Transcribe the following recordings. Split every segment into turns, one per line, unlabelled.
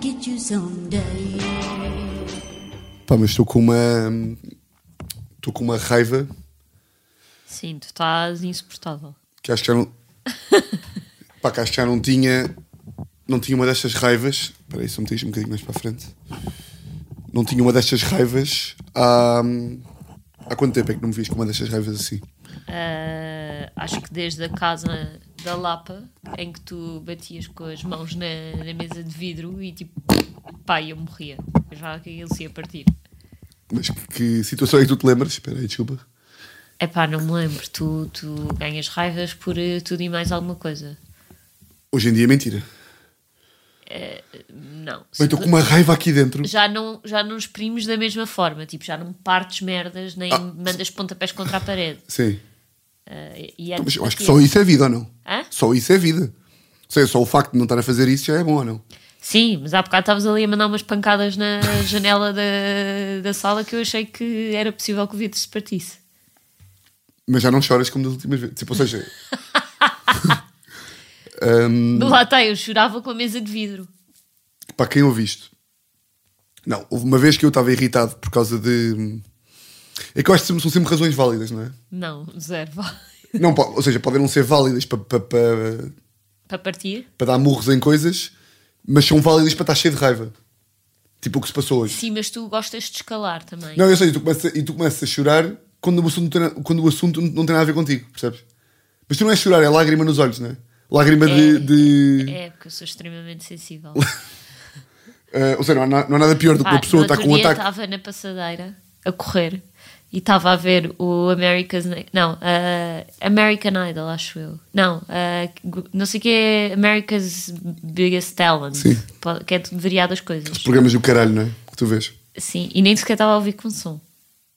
get you someday.
Pá, mas estou com uma. Estou com uma raiva
Sim, tu estás insuportável.
que acho que já não. Pá, que acho que já não tinha. Não tinha uma destas raivas. Espera aí, só me deixa um bocadinho mais para a frente. Não tinha uma destas raivas há. Há quanto tempo é que não me vês com uma destas raivas assim?
Ah, acho que desde a casa da Lapa, em que tu batias com as mãos na, na mesa de vidro e tipo, pá, eu morria. Eu já que ele se ia partir.
Mas que, que situação é que tu te lembras? Espera aí, desculpa.
É pá, não me lembro. Tu, tu ganhas raivas por eh, tudo e mais alguma coisa.
Hoje em dia é mentira.
Não.
Bem, estou com uma raiva aqui dentro.
Já não, já não exprimes da mesma forma. Tipo, já não partes merdas, nem
Ah.
mandas pontapés contra a parede.
Sim.
Ah, e
Então, Mas
antes
eu acho que
batias.
só isso é vida ou não?
Hã?
Só isso é vida. Ou seja, só o facto de não estar a fazer isso já é bom ou não?
Sim, mas há bocado estavas ali a mandar umas pancadas na janela da, da sala que eu achei que era possível que o vidro se partisse.
Mas já não choras como das últimas vezes. Tipo, ou seja, Hum.
Lá está, eu chorava com a mesa de vidro.
para quem ouve isto. Não, houve uma vez que eu estava irritado por causa de. É que eu acho que são sempre razões válidas, não é?
Não, zero. vá.
Não, po- ou seja, podem não ser válidas para, para, para,
Para partir?
para dar murros em coisas, mas são válidas para estar cheio de raiva. Tipo o que se passou hoje.
Sim, mas tu gostas de escalar também.
Não, eu sei, e tu começas, e tu começas a chorar quando o, assunto não tem, na- quando o assunto não tem nada a ver contigo, percebes? Mas tu não é chorar, é lágrima nos olhos, não é? Lágrima de. de-
É, porque eu sou extremamente sensível.
eh, ou seja, não há, na- não há nada pior do que
Pá,
uma pessoa
Ah,
estar
no outro
com um
dia
ataque.
estava na passadeira a correr e estava a ver o America's Ne- não ah, American Idol acho eu não ah, não sei o que é America's Biggest Talent
Sim.
po- que é de variadas coisas
Programas do caralho, não é? Que tu vês.
sim e nem sequer estava a ouvir com som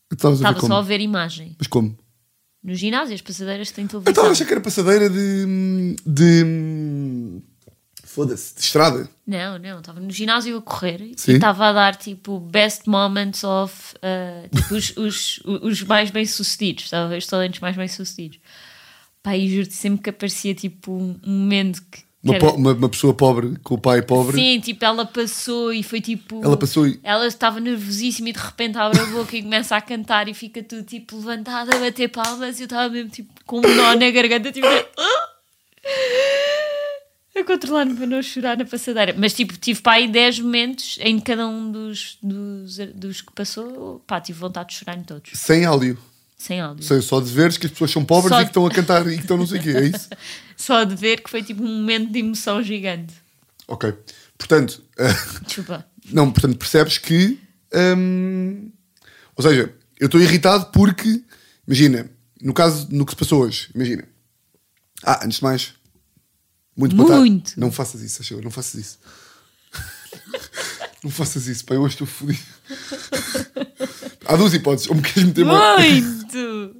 Tu Estavas a ver
estava
como?
só a ver imagem
Mas como?
no ginásio as passadeiras têm
Eu estava a
televisão
achar que era passadeira de. de. foda-se, de estrada.
não não estava no ginásio a correr
Sim.
e estava a dar tipo best moments of ah, tipo, os, os, os mais bem sucedidos estava a ver os talentos mais bem sucedidos Pá, e juro-te sempre que aparecia tipo um um momento que. que
Uma,
era-
po- uma- uma pessoa pobre, com o pai pobre.
Sim, tipo, ela passou e foi tipo.
Ela passou e-
Ela estava nervosíssima e de repente abre a boca e começa a cantar e fica tudo tipo levantada a bater palmas e eu estava mesmo tipo com um nó na garganta, tipo. "Ah!" A controlar-me para não chorar na passadeira. Mas tipo, tive pá aí 10 momentos em cada um dos, dos, dos que passou, pá, tive vontade de chorar em todos,
Sem áudio.
sem áudio.
Ou seja, só de veres que as pessoas são pobres e
Só de-
que estão a cantar e que estão não sei o quê, é isso?
Só de ver que foi tipo um momento de emoção gigante.
Ok. Portanto,
Desculpa.
Não, portanto, percebes que. hum, ou seja, eu estou irritado porque. Imagina, no caso, no que se passou hoje, imagina. Ah, antes de mais. Muito, boa tarde.
Muito.
Não faças isso, achou? Não faças isso. não faças isso, pai. Hoje estou fodido. Há duas hipóteses. Ou me queres meter uma.
Muito!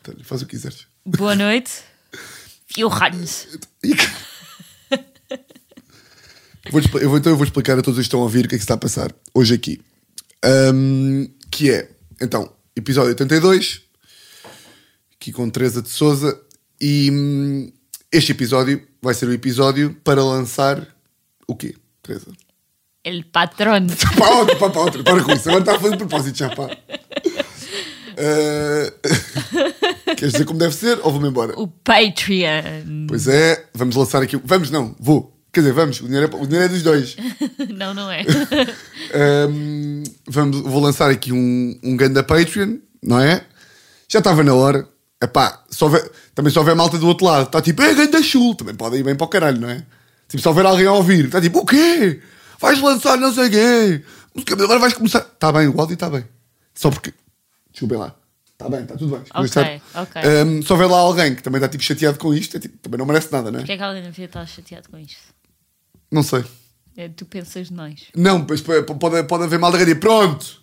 Então, Faz o que quiseres.
Boa noite. Eu Hans.
E que- Vou-lhe expli- eu vou, então eu vou explicar a todos os que estão a ouvir o que é que se está a passar hoje aqui. Ahm, que é, então, episódio 82, aqui com Teresa de Souza, e hum, este episódio vai ser o episódio para lançar o quê, Teresa?
El patrón.
Para outro, para, para outro, para com isso, agora está a fazer de propósito já, pá. Ah, Queres dizer como deve ser ou vou-me embora?
O Patreon.
Pois é, vamos lançar aqui. Vamos, não, vou. Quer dizer, vamos, o dinheiro é, o dinheiro é dos dois.
Não, não é.
Ahm, vamos, vou lançar aqui um, um ganda Patreon, não é? Já estava na hora. Epá, se houver, também se houver malta do outro lado, está tipo, é ganda chul, também pode ir bem para o caralho, não é? Tipo, se houver alguém a ouvir, está tipo, o quê? Vais lançar não sei quê, música, mas agora vais começar. Está bem, o áudio está bem. Só porque. Desculpem lá. Está bem, está tudo bem.
Ok,
Sabe?
ok.
Ahm, se houver lá alguém que também está tipo chateado com isto, é, tipo, também não merece nada, não é?
Porquê é que alguém não devia estar chateado com isto?
Não sei.
É, tu pensas de nós.
Não, pois p- p- pode, pode haver mal da rede. Pronto,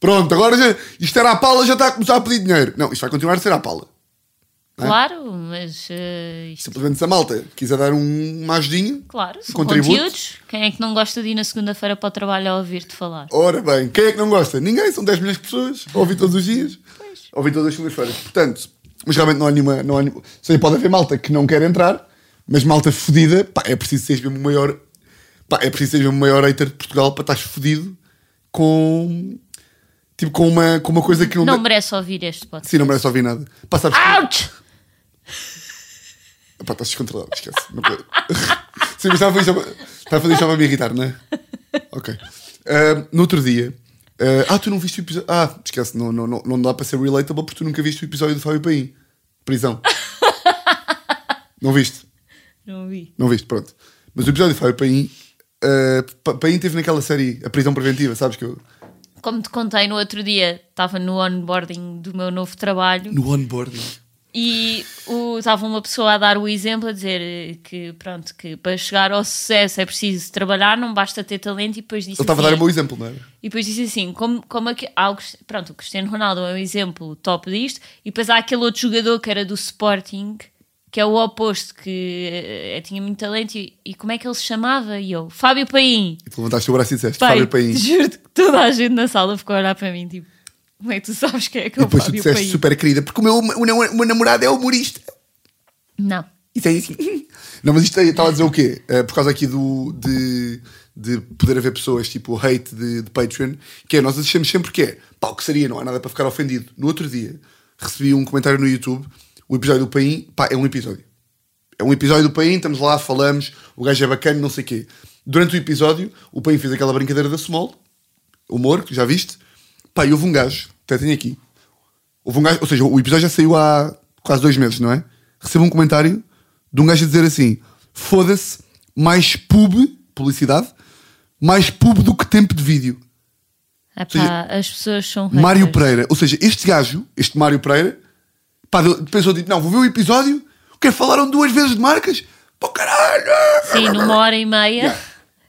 pronto, agora já, isto era a pala, já está a começar a pedir dinheiro. Não, isto vai continuar a ser a pala. Hã?
Claro, mas eh, isto.
é Simplesmente se a malta quiser dar um, uma ajudinha.
Claro, são
Contributo.
conteúdos. Quem é que não gosta de ir na segunda-feira para o trabalho a ouvir-te falar?
Ora bem, quem é que não gosta? Ninguém, são 10 milhões de pessoas, ouvi todos os dias, ouvi todas as segundas-feiras. Portanto, mas realmente não há nenhuma. Não há nenhuma- ou seja, pode haver malta que não quer entrar, mas malta fodida, pá, é preciso ser mesmo o maior Pá, é preciso seja o maior hater de Portugal para estás fodido com. Tipo, com uma, com uma coisa que não.
Não
me-
merece ouvir este podcast.
Sim, não merece ouvir nada. Pá, sabes que- Ah,
Ouch!
Pá, estás descontrolado, esquece. Não pode- Sim, mas estava a fazer isto para- estava a fazer isto para me irritar, não é? Ok. Ah, no outro dia. ah, ah, tu não viste o episódio. Ah, esquece, não, não, não, não dá para ser relatable porque tu nunca viste o episódio do Fábio Paim. Prisão. não viste?
Não vi.
Não viste, pronto. Mas o episódio do Fábio Paim. ah, Pa- Paim teve naquela série A Prisão Preventiva, sabes que eu.
Como te contei no outro dia, estava no onboarding do meu novo trabalho
No onboarding.
e o- estava uma pessoa a dar o exemplo, a dizer eh, que, pronto, que para chegar ao sucesso é preciso trabalhar, não basta ter talento e depois disse
Ele estava a
assim,
dar um bom exemplo, não era?
E depois disse assim: como, como aqui, há o, Crist- pronto, o Cristiano Ronaldo é um exemplo top disto, e depois há aquele outro jogador que era do Sporting, que é o oposto, que eh, tinha muito talento, e, e como é que ele se chamava? E eu, Fábio Paim.
E tu levantaste o braço e disseste
Pai,
Fábio Paim. E
Juro que toda a gente na sala ficou a olhar para mim, tipo, como é que tu sabes quem é que é o
depois tu
Fábio
disseste
Paim?
super querida, porque o meu, o meu, o meu namorado é humorista.
Não.
Isso é isso. Não, mas isto aí estava a dizer o quê? Eh, por causa aqui do, de, de poder haver pessoas tipo hate de, de Patreon, que é nós achamos sempre que é pá, o que seria, não há nada para ficar ofendido. No outro dia recebi um comentário no YouTube, o episódio do Paim, pá, é um episódio. É um episódio do Paim, estamos lá, falamos, o gajo é bacana, não sei o quê. Durante o episódio, o Paim fez aquela brincadeira da Small, humor, que já viste, pá, e houve um gajo, até tenho aqui, Houve um gajo- ou seja, o episódio já saiu há quase dois meses, não é? Recebo um comentário de um gajo a dizer assim: foda-se, mais pub, publicidade, mais pub do que tempo de vídeo.
Epá,
seja,
É as pessoas são.
Mário
haters.
Pereira. Ou seja, este gajo, este Mário Pereira, pá, deu- pensou tipo: não, vou ver o episódio, que falaram duas vezes de marcas, pô caralho!
Sim, numa hora e meia.
Yeah.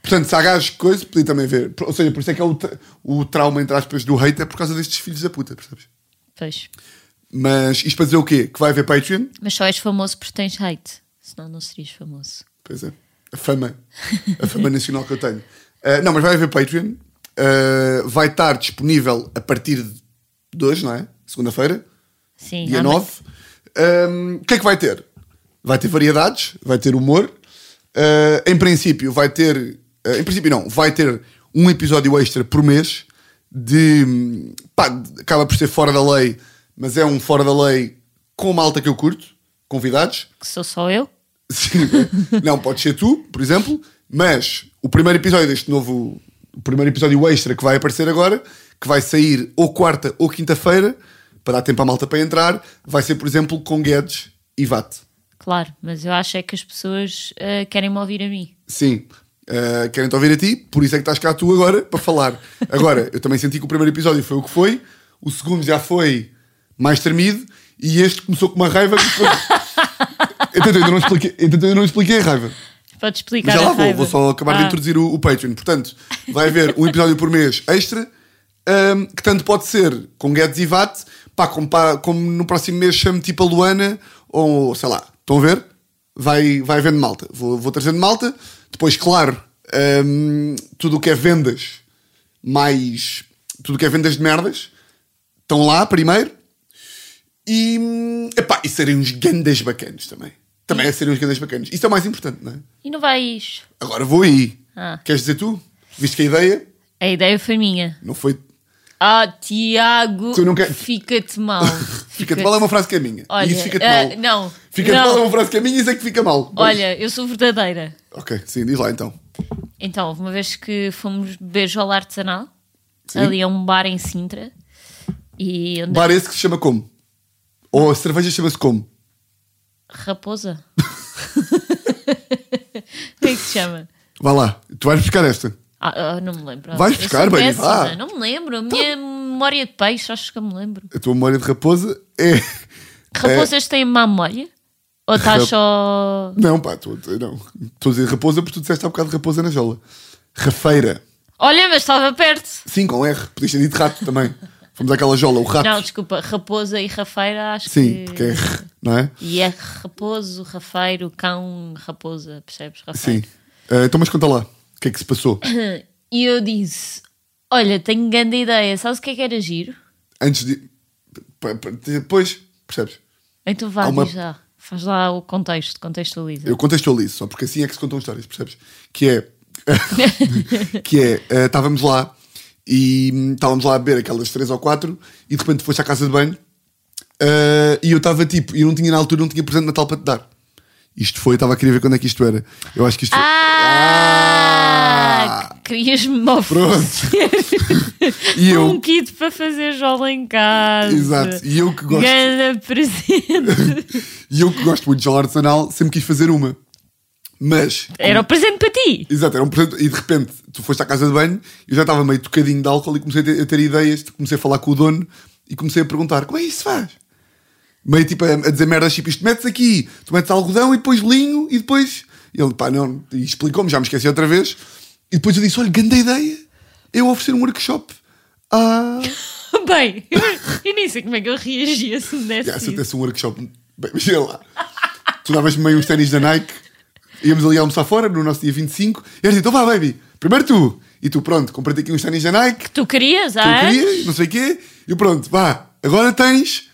Portanto, se há gajos que coisa, podia também ver. Ou seja, por isso é que é o, tra- o trauma, entre aspas, do hate é por causa destes filhos da puta, percebes?
Pois.
Mas isto para dizer o quê? Que vai haver Patreon?
Mas só és famoso porque tens hate. Senão não serias famoso.
Pois é. A fama. A fama nacional que eu tenho. Ah, não, mas vai haver Patreon. Ah, vai estar disponível a partir de hoje, não é? Segunda-feira,
Sim,
dia
há-
9. Ahm, O que é que vai ter? Vai ter variedades, vai ter humor. Ah, em princípio, vai ter. ah, em princípio, não. Vai ter um episódio extra por mês de. hum, Pá, de- acaba por ser fora da lei, mas é um fora da lei com malta que eu curto, convidados.
que sou só eu.
Sim. Não, pode ser tu, por exemplo, mas o primeiro episódio deste novo. O primeiro episódio extra que vai aparecer agora, que vai sair ou quarta ou quinta-feira, para dar tempo à malta para entrar, vai ser, por exemplo, com Guedes e Vate.
Claro, mas eu acho é que as pessoas eh, querem me ouvir a mim.
Sim. Uh, Querem-te ouvir a ti, por isso é que estás cá tu agora para falar. Agora, eu também senti que o primeiro episódio foi o que foi, o segundo já foi mais tremido e este começou com uma raiva. Que foi... Entretanto, eu ainda não expliquei- entretanto, eu ainda não expliquei a raiva.
Podes explicar
Mas já
a
lá vou,
raiva?
vou só acabar de
Ah,
introduzir o, o Patreon. Portanto, vai haver um episódio por mês extra, ahm, que tanto pode ser com Guedes e Vat, pá, como, pá, como no próximo mês chamo tipo a Luana, ou sei lá, estão a ver? Vai, vai havendo malta. Vou, vou trazendo malta. Depois, claro, ahm, tudo o que é vendas, mais tudo o que é vendas de merdas, estão lá primeiro. E, hum, epá, e serem uns gandas bacanos também. Também é serem uns gandas bacanos. Isso é o mais importante, não é?
E não vais.
Agora vou aí.
Ah.
Queres dizer tu? Viste que a ideia
A ideia foi minha.
não foi.
Ah, Tiago,
Tu não quer-
fica-te mal.
Fica-te mal é uma frase que é minha.
Olha,
e isso fica-te
eh,
mal.
não,
Fica-te
não.
mal é uma frase que é minha e isso é que fica mal. Pois.
Olha, eu sou verdadeira.
Ok, sim, diz lá então.
Então, houve uma vez que fomos beber ao artesanal, ali a um bar em Sintra, e onde é
Bar esse que se chama como? Ou a cerveja chama-se como?
Raposa? Como é que se chama?
Vá lá, tu vais buscar esta.
Ah, ah, não me lembro.
Vais
Eu sou
buscar, baby,
péssima,
vá.
Não me lembro. A minha
Então-
memória de peixe, acho que eu me lembro.
A tua memória de raposa é.
Raposas têm má memória? Ou estás
Rap-
só.
Não, pá, estou a dizer, não. Estou a dizer raposa porque tu disseste há bocado raposa na jola. Rafeira.
Olha, mas estava perto.
Sim, com R. Podias ter dito rato também. Fomos àquela jola, o rato.
Não, desculpa, raposa e rafeira, acho
Sim,
que.
porque é R, não é?
E é raposo, rafeiro, cão, raposa, percebes?
Sim.
Rafeiro.
Eh, então, mas conta lá. O que é que se passou?
E eu disse: Olha, tenho grande ideia, sabes o que é que era giro?
Antes de. pa- pa- Depois, percebes?
Então vá,
Há uma-
diz lá. Faz lá o contexto, contextualiza.
Eu contextualizo, só porque assim é que se contam histórias, percebes? Que é. que é, eh, estávamos lá e hum, estávamos lá a beber aquelas três ou quatro e de repente foste à casa de banho eh, e eu estava tipo, e eu não tinha na altura, não tinha presente de Natal para te dar. Isto foi, eu estava a querer ver quando é que isto era. Eu acho que isto foi.
Ah!
Ah!
Querias-me oferecer
E eu-
um kit para fazer jola em casa.
Exato. E eu que gosto.
Ganda presente.
E eu que gosto muito de gel artesanal, sempre quis fazer uma. Mas,
Era o presente para ti.
exato, era um presente. E de repente, tu foste à casa de banho, eu já estava meio tocadinho de álcool e comecei a ter, a ter ideias, tipo, comecei a falar com o dono e comecei a perguntar: como é que isso se faz? Meio tipo a, a dizer merdas, tipo, isto metes aqui, tu metes algodão e depois linho e depois. E ele, pá, não, e explicou-me, já me esqueci outra vez. E depois eu disse: olha, grande ideia, eu oferecer um workshop. Ah,
Bem, eu, eu nem sei como é que eu reagia se me desse
yeah, se eu
isso.
tivesse um workshop. Bem, imagina lá, tu davas-me meio uns ténis da Nike, íamos ali almoçar fora no nosso dia 25, e eu disse: então vá, baby, primeiro tu. E tu, pronto, comprei-te aqui uns ténis da Nike,
Tu querias,
que eu
ah? é?
queria, não sei o quê, e pronto, vá, agora tens.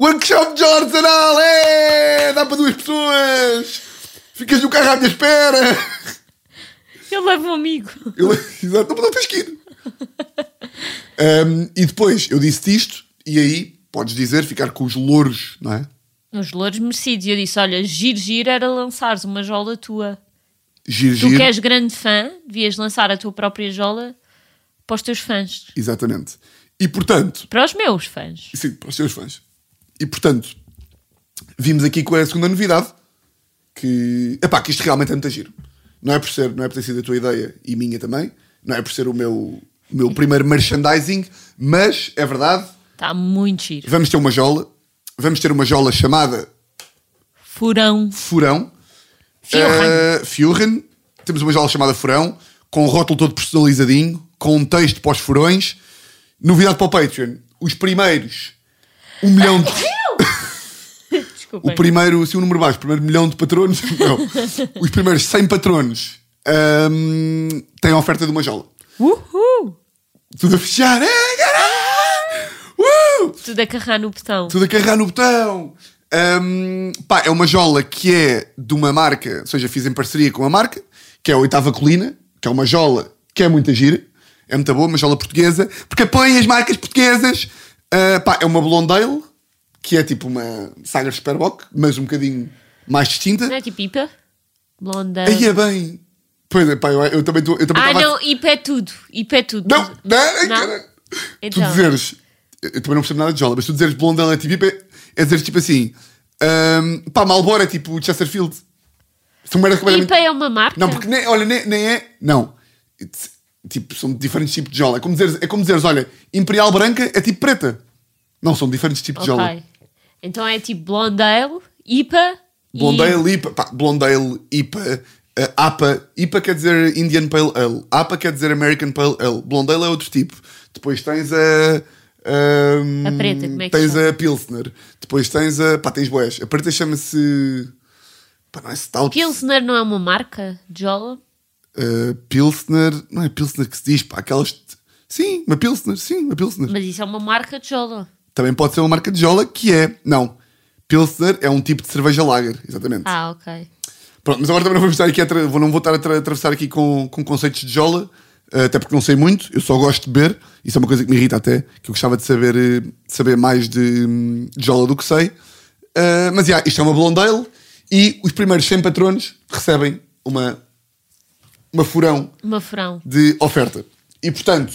Workshop de gel artesanal! É! Dá para duas pessoas! Ficas no carro à minha espera!
Eu levo um amigo.
Eu, exato, não, não tens que ir. Um, e depois eu disse-te isto, e aí podes dizer, ficar com os louros, não é?
Os louros merecidos. E eu disse: Olha, giro, giro era lançares uma jola tua.
Giro,
Tu
giro.
que és grande fã, devias lançar a tua própria jola para os teus fãs.
Exatamente. E portanto,
Para os meus fãs.
sim, para os teus fãs. E portanto, vimos aqui com a segunda novidade que, epá, que isto realmente é muito giro. Não é por ser, não é por ter sido a tua ideia e minha também, não é por ser o meu, o meu primeiro merchandising, mas é verdade,
Está Tá muito giro.
vamos ter uma jola, vamos ter uma jola chamada
Furão.
Furão.
Fiorran.
Eh, Fiorran. Temos uma jola chamada Furão, com o rótulo todo personalizadinho, com um texto para os furões. Novidade para o Patreon. Os primeiros. Um milhão de.
Desculpem.
o primeiro, assim, o número baixo, o primeiro milhão de patronos. Não. Os primeiros 100 patronos ahm, têm a oferta de uma jola.
Uhul!
Tudo a fechar. É, caralho! Uh!
Tudo a carrar no botão.
Tudo a carregar no botão. Hum, pá, é uma jola que é de uma marca, ou seja, fiz em parceria com uma marca, que é a Oitava Colina, que é uma jola que é muita gira, é muito boa, uma jola portuguesa, porque apoia as marcas portuguesas. Ah, pá, é uma Blondale, que é tipo uma Saga Superbock, mas um bocadinho mais distinta.
Não é tipo pipa? Blonda.
Aí é bem. Pois é, pá, eu, eu também estou.
ah, não, IPA é tudo. IPA é tudo.
Não, não, é ai,
Não?
caralho.
Então.
Tu dizeres, eu eu também não percebo nada de jola, mas tu dizeres Blondel é tipo, é, é dizeres tipo assim, hum, pá, Malboro é tipo Chesterfield. São merdas completamente.
IPA é uma marca?
Não, porque nem, olha, nem, nem é. Não. It's- Tipo, são diferentes tipos de jola. É como dizeres, é como dizeres olha, Imperial branca é tipo preta. Não, são diferentes tipos de jola.
Ok. Então é tipo Blondale, IPA e-
Blondale, IPA, pá, Blondale, IPA, eh, APA. IPA quer dizer Indian Pale Ale. APA quer dizer American Pale Ale. Blondale é outro tipo. Depois tens a. ahm,
A preta, como é que
Tens
chama?
a Pilsner. Depois tens a. Pá, tens boés. A preta chama-se. Pá, não é Stout.
Pilsner não é uma marca de jola?
Eh, Pilsner. Não é Pilsner que se diz, pá, aquelas. Sim, uma Pilsner, sim, uma Pilsner.
Mas isso é uma marca de jola.
Também pode ser uma marca de jola que é. Não. Pilsner é um tipo de cerveja lager, exatamente.
Ah, ok.
Pronto, mas agora também não vou estar aqui a tra- vou- não vou estar a tra- atravessar aqui com, com conceitos de jola, eh, até porque não sei muito, eu só gosto de beber, isso é uma coisa que me irrita até, que eu gostava de saber, eh, de saber mais de, hum, de jola do que sei. Eh, mas já, isto é uma Blondale e os primeiros 100 patronos recebem uma, uma furão
Uma furão.
de oferta. E portanto,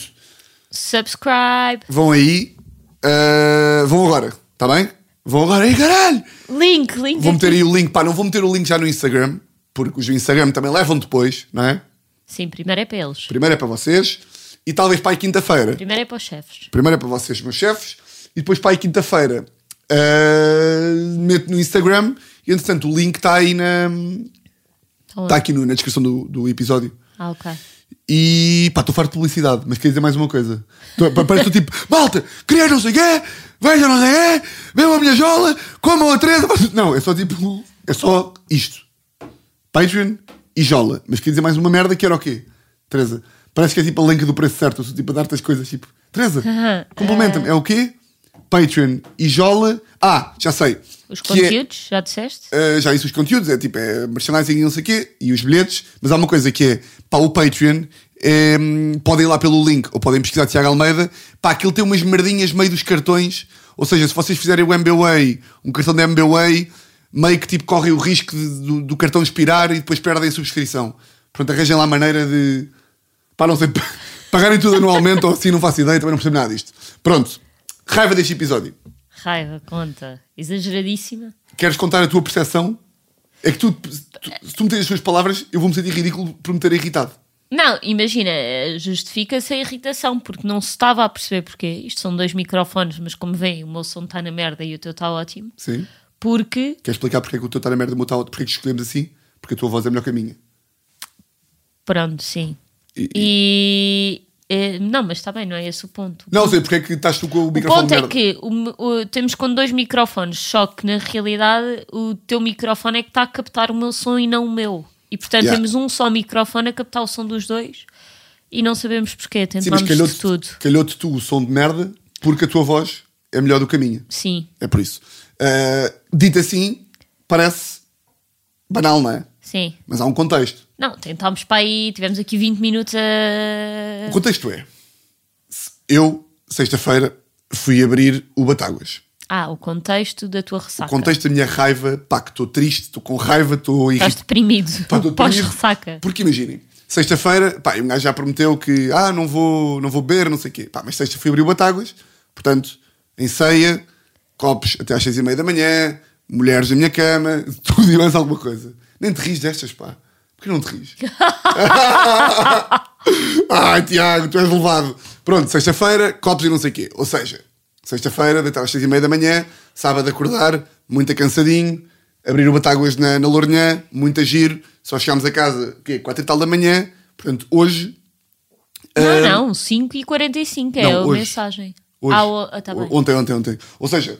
Subscribe.
vão aí, eh, vão agora, está bem? Vão agora, ei caralho!
Link, link. é
Vou meter
aqui.
aí o link, pá, não vou meter o link já no Instagram, porque os do Instagram também levam depois, não é?
Sim, primeiro é para eles.
Primeiro é para vocês e talvez para aí quinta-feira.
Primeiro é para os chefes.
Primeiro é para vocês, meus chefes, e depois para aí quinta-feira. ah, meto no Instagram e entretanto o link está aí na
Então,
está aqui no- na descrição do, do episódio
Ah, ok.
e pá, estou farto de publicidade mas queria dizer mais uma coisa Tô- pa- parece que estou tipo, malta, queria não sei o quê vejam não sei o quê, bebam a minha jola comam a treta, não, é só tipo é só isto Patreon e Jola. Mas queria dizer mais uma merda que era o quê? Teresa, parece que é tipo a lenca do preço certo. Eu sou tipo a dar-te as coisas, tipo, Teresa, complementa-me. É o quê? Patreon e Jola. Ah, já sei.
Os
Que é-
conteúdos, já disseste?
Uh, já isso os conteúdos, é tipo, é merchandising e não sei o quê, e os bilhetes, mas há uma coisa que é, pá, o Patreon, é, hum, podem ir lá pelo link, ou podem pesquisar Tiago Almeida, pá, aquilo tem umas merdinhas meio dos cartões, ou seja, se vocês fizerem o MBWay, um cartão da MBWay, meio que tipo correm o risco de- do, do cartão expirar e depois perdem a subscrição. Pronto, arranjem lá a maneira de, pá, não sei, pagarem tudo anualmente ou assim, não faço ideia, também não percebo nada disto. Pronto, raiva deste episódio.
Raiva, conta. Exageradíssima.
Queres contar a tua percepção? É que tu, tu- se tu meteres as tuas palavras, eu vou me sentir ridículo por me ter irritado.
Não, imagina, eh, justifica-se a irritação, porque não se estava a perceber porquê. Isto são dois microfones, mas como veem, o meu som está na merda e o teu está ótimo.
Sim.
Porque,
Queres explicar porque é que o teu está na merda, o meu está outro, porque é que escolhemos assim? Porque a tua voz é melhor que a minha.
pronto, sim.
E-
E. eh, não, mas está bem, não é esse o ponto.
Não sei porque é que estás tu com o
O
microfone
ponto
de
é
merda.
que o me- o- temos com dois microfones, só que na realidade o teu microfone é que está a captar o meu som e não o meu. E portanto
Yeah.
temos um só microfone a captar o som dos dois e não sabemos porquê,
Sim, mas
tentámos de tudo.
calhou-te calhou tu o som de merda porque a tua voz é melhor do que a minha.
Sim,
É por isso. Ah, dito assim, parece banal, não é?
sim.
Mas há um contexto.
Não, tentámos para aí, tivemos aqui 20 minutos a.
O contexto é: se- eu, sexta-feira, fui abrir o Batáguas.
Ah, o contexto da tua
O
ressaca.
contexto da minha raiva, pá, que estou triste, estou com raiva, estou
Estás
irritado.
deprimido.
pá, estou deprimido.
Pós-ressaca.
Porque imaginem, sexta-feira, pá, e um gajo já prometeu que, ah, não vou, não vou beber, não sei o quê. Pá, mas sexta fui abrir o Batáguas, portanto, em ceia, copos até às seis e meia da manhã, mulheres na minha cama, tudo e mais alguma coisa. Nem te rires destas, pá. Porquê não te rires? Ai, Ah, Tiago, tu és levado. Pronto, sexta-feira, copos e não sei o quê. Ou seja, sexta-feira, deitar às seis e meia da manhã, sábado acordar, muito cansadinho, abrir o Batáguas na, na Lourinhã, muito a giro, só chegámos a casa, o quê? Quatro e tal da manhã, portanto, hoje... ah,
Não, não, 5 e 45 é
não,
a
hoje.
mensagem.
Hoje.
Ah, o- ah, tá bem.
Ontem, ontem, ontem. Ou seja,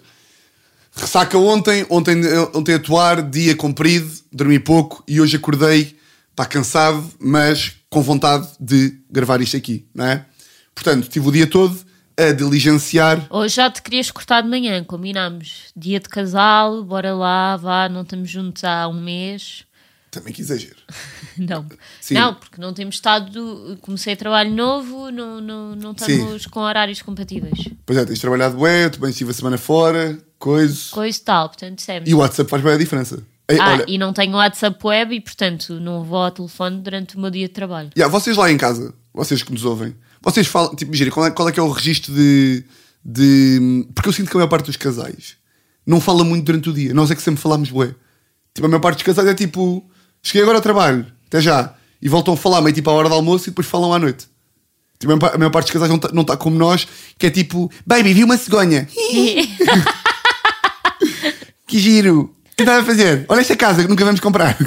ressaca ontem, ontem, eh, ontem atuar, dia comprido, dormi pouco e hoje acordei, pá, cansado, mas com vontade de gravar isto aqui, não é? Portanto, tive o dia todo a diligenciar.
Hoje já te querias cortar de manhã, combinámos. Dia de casal, bora lá, vá, não estamos juntos há um mês.
Também que exagero.
Não,
Sim.
não porque não temos estado. Comecei trabalho novo, não, não, não estamos com horários compatíveis.
Pois é, tens trabalhado bem, eu também estive a semana fora, coisa.
Coisa e tal, portanto, dissemos.
E o WhatsApp faz bem a diferença. Ei,
Ah,
olha,
e não tenho WhatsApp web e, portanto, não vou ao telefone durante o meu dia de trabalho.
Yeah, vocês lá em casa, vocês que nos ouvem, vocês falam, tipo, imagina, qual é, qual é que é o registro de, de- Porque eu sinto que a maior parte dos casais não fala muito durante o dia. Nós é que sempre falamos bué. Tipo, a maior parte dos casais é tipo, cheguei agora ao trabalho, até já. E voltam a falar meio tipo à hora do almoço e depois falam à noite. Tipo, a maior pa- a maior parte dos casais não está não tá como nós, que é tipo, baby, vi uma cegonha. que giro. O que estás a fazer? Olha esta casa que nunca vamos comprar.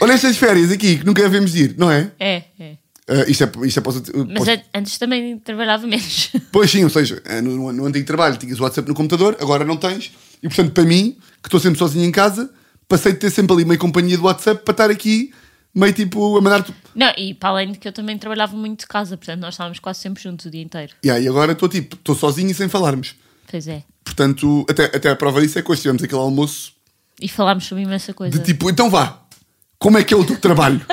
Olha estas férias aqui que nunca vamos ir, não é?
É, é.
Ah, isto é, isto é para, o-
Mas
para-
an- antes também trabalhava menos.
Pois sim, ou seja, ah, no, no- no antigo trabalho tinhas o WhatsApp no computador, agora não tens. E portanto, para mim, que estou sempre sozinho em casa, passei de ter sempre ali meio companhia do WhatsApp para estar aqui meio tipo a mandar. tu-
Não, e para além de que eu também trabalhava muito de casa, portanto, nós estávamos quase sempre juntos o dia inteiro.
Yeah, e agora estou tipo, estou sozinho e sem falarmos.
Pois é.
Portanto, até, até a prova disso é que hoje tivemos aquele almoço
E falámos sobre imensa coisa.
de tipo, então vá, como é que é o teu trabalho?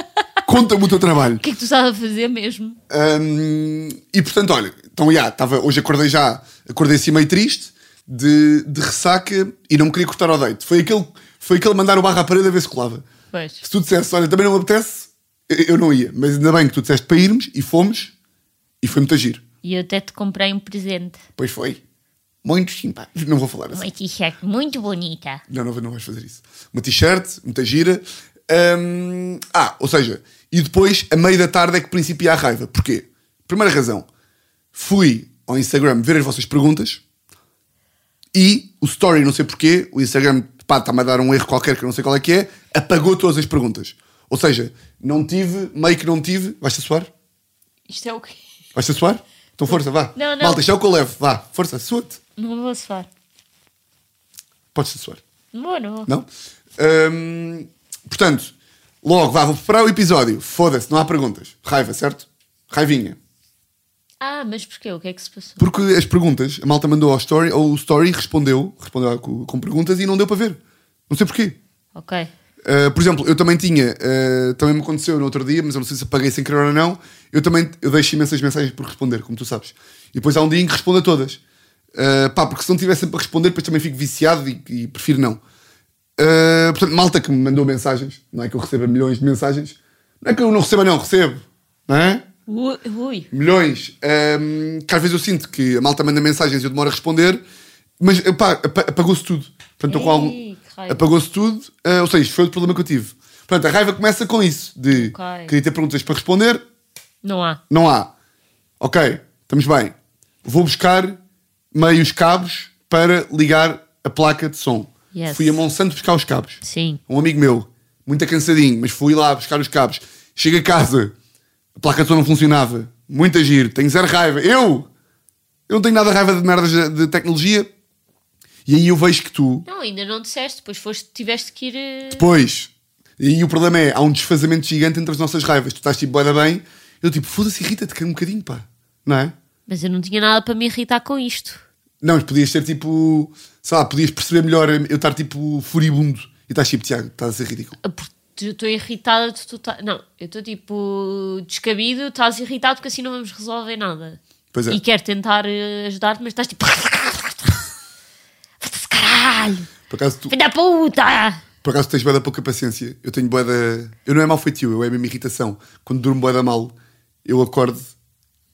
Conta-me o teu trabalho.
O que é que tu estás a fazer mesmo?
Hum, e portanto, olha, então já, estava hoje acordei já, acordei assim meio triste, de, de ressaca e não me queria cortar ao date. Foi aquele, foi aquele mandar o barro à parede a ver se colava.
Pois.
Se tu dissesse, olha, também não me apetece, eu eu não ia. Mas ainda bem que tu disseste para irmos e fomos e foi muito agir.
E eu até te comprei um presente.
Pois foi. Muito simpático. Não vou falar assim.
Uma t-shirt muito bonita.
Não, não, não vais fazer isso. Uma t-shirt, muita gira. Hum, ah, ou seja, e depois, a meio da tarde, é que principia a raiva. Porquê? Primeira razão. Fui ao Instagram ver as vossas perguntas e o story, não sei porquê, o Instagram, pá, está-me a dar um erro qualquer que eu não sei qual é que é, apagou todas as perguntas. Ou seja, não tive, meio que não tive. Vais-te a suar?
Isto é o quê?
Vais-te a suar? Então força, vá.
Não, não.
Malta, isto é o que eu levo. Vá, força, sua-te.
Não vou suar.
Podes-te suar.
Não vou, não vou.
Não? Hum, portanto, logo, vá, vou preparar o episódio. Foda-se, não há perguntas. Raiva, certo? Raivinha.
Ah, mas porquê? O que é que se passou?
Porque as perguntas, a malta mandou ao story, ou o story respondeu, respondeu com, com perguntas e não deu para ver. Não sei porquê.
Ok.
Uh, por exemplo, eu também tinha, uh, também me aconteceu no outro dia, mas eu não sei se apaguei sem querer ou não. Eu também eu deixo imensas mensagens por responder, como tu sabes. E depois há um dia em que respondo a todas. Uh, pá, porque se não tivesse para responder, depois também fico viciado e, e prefiro não. Uh, portanto, malta que me mandou mensagens, não é que eu receba milhões de mensagens, não é que eu não receba, não, recebo, não é?
Ui, ui.
Milhões. Um, que às vezes eu sinto que a malta manda mensagens e eu demoro a responder, mas pá, apa- apagou-se tudo. Portanto, estou com algum...
Ei, que raiva.
Apagou-se tudo, ah, ou seja, isto foi o problema que eu tive. Portanto, a raiva começa com isso: de
Ok.
queria ter perguntas para responder,
Não há.
não há. Ok, estamos bem. Vou buscar meios cabos para ligar a placa de som.
Yes.
Fui a Monsanto buscar os cabos
Sim.
um amigo meu, muito cansadinho, mas fui lá buscar os cabos. Chego a casa, a placa de som não funcionava. Muito a giro, tenho zero raiva. Eu! Eu não tenho nada de raiva de merdas de- de tecnologia. E aí eu vejo que tu,
Não, ainda não disseste, depois foste, tiveste que ir. eh,
depois, e aí o problema é, há um desfazamento gigante entre as nossas raivas. Tu estás tipo, boeda bem, eu tipo, foda-se, irrita-te que é um bocadinho, pá. Não é?
Mas eu não tinha nada para me irritar com isto.
Não, mas podias ter tipo, sei lá, podias perceber melhor eu estar tipo furibundo. E estás tipo, Tiago, estás a ser ridículo.
Ah, porque eu Estou irritada de tu tá... Não, eu estou tipo descabido, estás irritado porque assim não vamos resolver nada.
Pois é.
E quero tentar eh, ajudar-te, mas estás tipo. Foda-se, caralho!
Por acaso tu,
Filho da puta! Tá
Por acaso tens boeda pouca paciência. Eu tenho boeda. Eu não é mal feitio, eu é mesmo irritação. Quando durmo boeda mal, eu acordo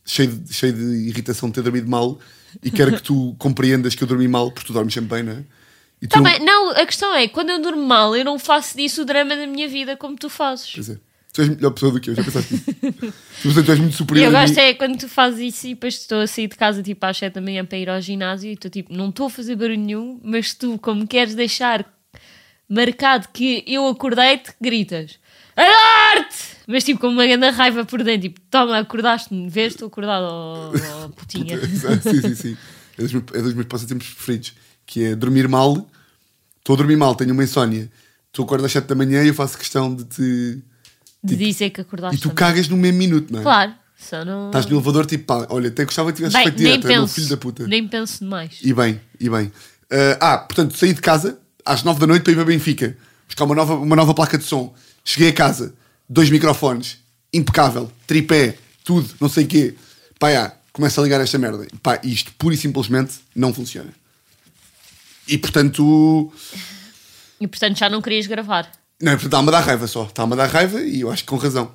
cheio de, cheio de irritação de ter dormido mal e quero que tu compreendas que eu dormi mal, porque tu dormes sempre bem, não é? E tu
Tá
não-
bem, não, a questão é, quando eu durmo mal, eu não faço disso o drama da minha vida como tu fazes.
Pois é. Tu és melhor pessoa do que eu, já pensaste nisso. tu, tu és muito
E eu
superior a mim.
gosto é quando tu fazes isso e depois estou a sair de casa tipo às 7 da manhã para ir ao ginásio e estou tipo, não estou a fazer barulho nenhum, mas tu, como queres deixar marcado que eu acordei-te, gritas. Alerte! Mas tipo, com uma grande raiva por dentro, tipo, toma, acordaste-me, vês, estou acordado, ó ó, putinha.
sim, sim, sim. É dos, meus, é dos meus passatempos preferidos, que é dormir mal. Estou a dormir mal, tenho uma insónia. Tu acordas às 7 da manhã e eu faço questão de te.
De dizer
E
que acordaste.
tu
também.
cagas no mesmo minuto, não é?
Claro, só não.
Estás no elevador tipo, pá, olha, até gostava que tivesse
Hum. Bem,
feito
nem
direto, é meu
penso.
filho da puta.
Nem penso demais.
E bem, e bem. Ah, ah, portanto, saí de casa às 9 da noite para ir para Benfica, buscar uma nova, uma nova placa de som. Cheguei a casa, dois microfones, impecável, tripé, tudo, não sei o quê. Pá, já, começo a ligar esta merda. Pá, isto pura e simplesmente não funciona. E portanto,
E portanto já não querias gravar.
não, portanto, está-me a dar raiva só. Está-me a dar raiva e eu acho que com razão.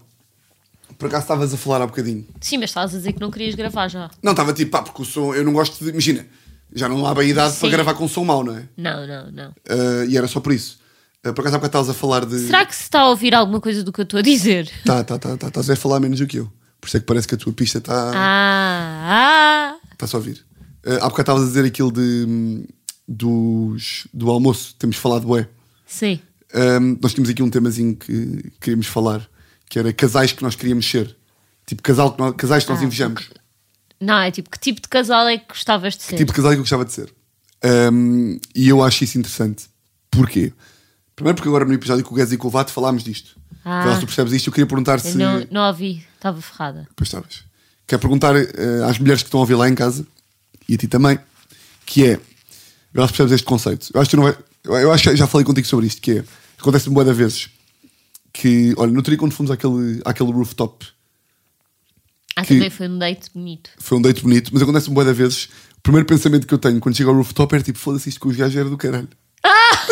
Por acaso estavas a falar há bocadinho.
Sim, mas estavas a dizer que não querias gravar já.
Não, estava tipo, pá, porque o som, eu não gosto de. Imagina, já não há bem idade
Sim.
para gravar com som mau, não é?
Não, não, não.
Ah, e era só por isso. Ah, por acaso há bocado estavas a falar de.
Será que se está a ouvir alguma coisa do que eu estou a dizer?
Tá, tá, tá, tá, estás a falar menos do que eu. Por isso é que parece que a tua pista está
Ah, ah.
tá só a ouvir. Ah, há bocado estavas a dizer aquilo de. hum, Dos, do almoço, temos falado, bué.
Sim.
Ahm, nós tínhamos aqui um temazinho que queríamos falar, que era casais que nós queríamos ser. Tipo, casal que nós- casais que nós
Ah,
invejamos.
Não, é tipo, que tipo de casal é que gostavas de ser?
tipo de casal que eu gostava de ser. Um, e eu acho isso interessante. Porquê? Primeiro porque agora no episódio com o Guedes e com o Vato falámos disto.
Ah.
Então, se tu percebes isto, eu queria perguntar
Eu
se...
não, não ouvi, estava ferrada.
Pois estavas. Quero perguntar eh, às mulheres que estão a ouvir lá em casa, e a ti também, que é... Eu acho que percebes este conceito. Eu acho que, tu não vai- eu- eu acho que já falei contigo sobre isto, que é... Acontece-me bué de vezes que... Olha, no outro dia quando fomos àquele, àquele rooftop
Ah,
Que-
também foi um date bonito.
foi um date bonito, mas acontece-me bué de vezes. O primeiro pensamento que eu tenho quando chego ao rooftop é tipo, foda-se isto com os gajos era do caralho.
Ah!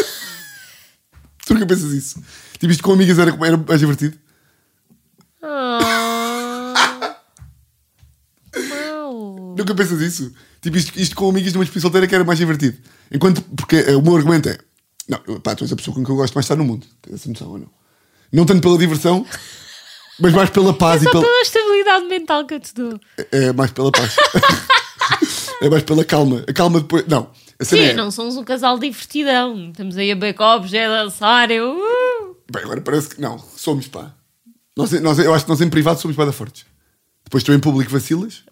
tu nunca pensas isso? Tipo, isto com amigas era, era mais divertido.
Ah. Mau.
Nunca pensas isso? Tipo, isto, isto com amigas numa despedida solteira que era mais divertido. Enquanto, porque eh, o meu argumento é, não, eu, pá, tu és a pessoa com que eu gosto mais de estar no mundo. Tens essa noção ou não? Não tanto pela diversão, mas mais pela paz e
Só
pela...
pela estabilidade mental que eu te dou.
É, é mais pela paz. é mais pela calma. A calma depois... Não, a cena
Sim,
é...
não somos um casal divertidão. Estamos aí a backups, é dançar, eu. uh.
Bem, agora parece que não, somos pá. Nós, é, nós- eu acho que nós em privado somos bada fortes. Depois tu em público vacilas,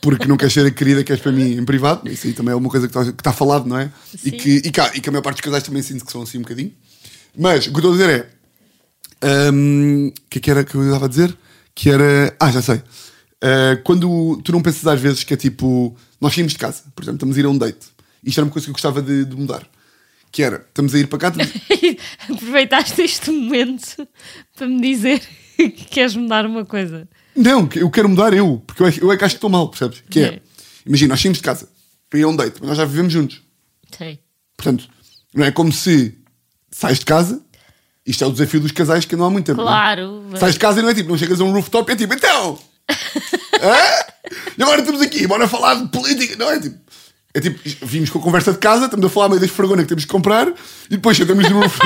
porque não queres ser a querida que és para mim em privado. Isso aí também é uma coisa que está falado, não é? E
Sim.
que, e, cá, e que a maior parte dos casais também sinto que são assim um bocadinho. Mas o que eu estou a dizer é. hum, O que é que era que eu estava a dizer? Que era. Ah, já sei. eh, quando tu não pensas às vezes que é tipo, nós saímos de casa, por exemplo, estamos a ir a um date. Isto era uma coisa que eu gostava de, de mudar. Que era, estamos a ir para cá, estamos-
Aproveitaste este momento para me dizer que queres mudar uma coisa.
Não, que eu quero mudar eu, porque eu é, que- eu é que acho que estou mal, percebes? Que é,
Sim.
imagina, nós saímos de casa para ir a um date, mas nós já vivemos juntos.
Sim.
Portanto, não é como se sais de casa, isto é o desafio dos casais que não há muito tempo. não é?
Claro. mas-
Sais de casa e não é tipo, não chegas a um rooftop e é tipo, então! Hã? E agora estamos aqui, bora falar de política, não é tipo. É tipo, vimos com a conversa de casa, estamos a falar meio das fragona que temos que comprar e depois sentamos no, roof...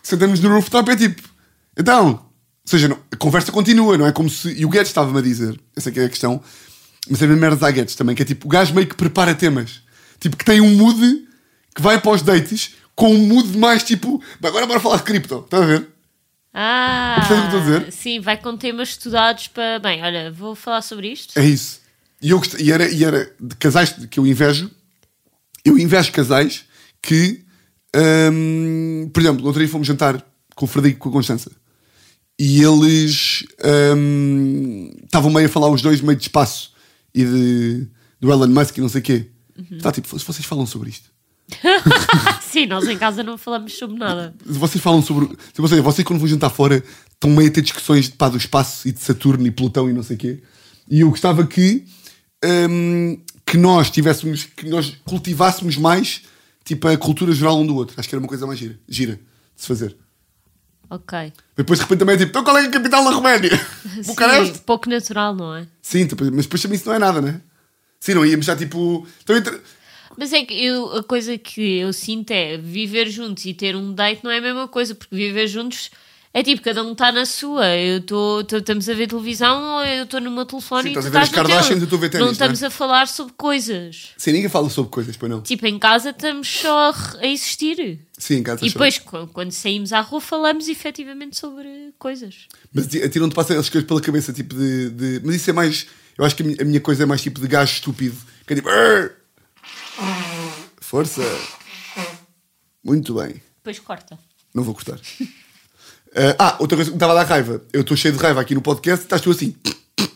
sentamos no rooftop e é tipo, então. Ou seja, não- a conversa continua, não é como se. E o Guedes estava-me a dizer, essa que é a questão, mas é mesmo merda da Guedes também, que é tipo, o gajo meio que prepara temas. Tipo, que tem um mood que vai para os dates com um mood mais tipo, "Bem, agora bora falar de cripto, estás a ver?
Ah,
Percebes o que eu estou a dizer?
sim, vai com temas estudados para. Bem, olha, vou falar sobre isto.
É isso. E, eu gost- e, era, e era de casais que eu invejo. Eu invejo casais que, hum, por exemplo, no outro dia fomos jantar com o Frederico e com a Constança. E eles hum, estavam meio a falar os dois, meio de espaço e de, do Elon Musk e não sei o quê. Está tipo, "Vocês- vocês falam sobre isto. É.
sim, nós em casa não falamos sobre nada.
Vocês falam sobre. Tipo, ou seja, vocês quando vão jantar fora estão meio a ter discussões pá, do espaço e de Saturno e Plutão e não sei o quê. E eu gostava que. hum, que nós tivéssemos. que nós cultivássemos mais tipo a cultura geral um do outro. Acho que era uma coisa mais gira, gira de se fazer.
Ok.
Depois de repente também é tipo, então qual é a capital da Roménia? Bucareste?
Sim, pouco natural, não é?
Sim, depois- mas depois também isso não é nada, né? Sim, não íamos já tipo. Então, entre-
Mas é que eu, a coisa que eu sinto é viver juntos e ter um date não é a mesma coisa, porque viver juntos é tipo, cada um está na sua. Eu estou, estamos a ver televisão, ou eu estou no meu telefone
Sim,
e tu
estás a ver
estás
as
no teu.
Kardashians, eu estou a ver ténis,
Não
não é?
estamos a falar sobre coisas.
Sim, ninguém fala sobre coisas, pois não.
Tipo, em casa estamos só a re- a existir.
Sim, cá estás
E
só.
depois, qu- quando saímos à rua, falamos efetivamente sobre coisas.
Mas ti- a ti não te passam essas coisas pela cabeça, tipo de, de- Mas isso é mais. Eu acho que a minha, a minha coisa é mais tipo de gajo estúpido. Que é tipo. "Arr!" Força! Muito bem.
Depois corta.
Não vou cortar. Eh, ah, outra coisa que me estava a dar raiva. Eu estou cheio de raiva aqui no podcast estás tu assim.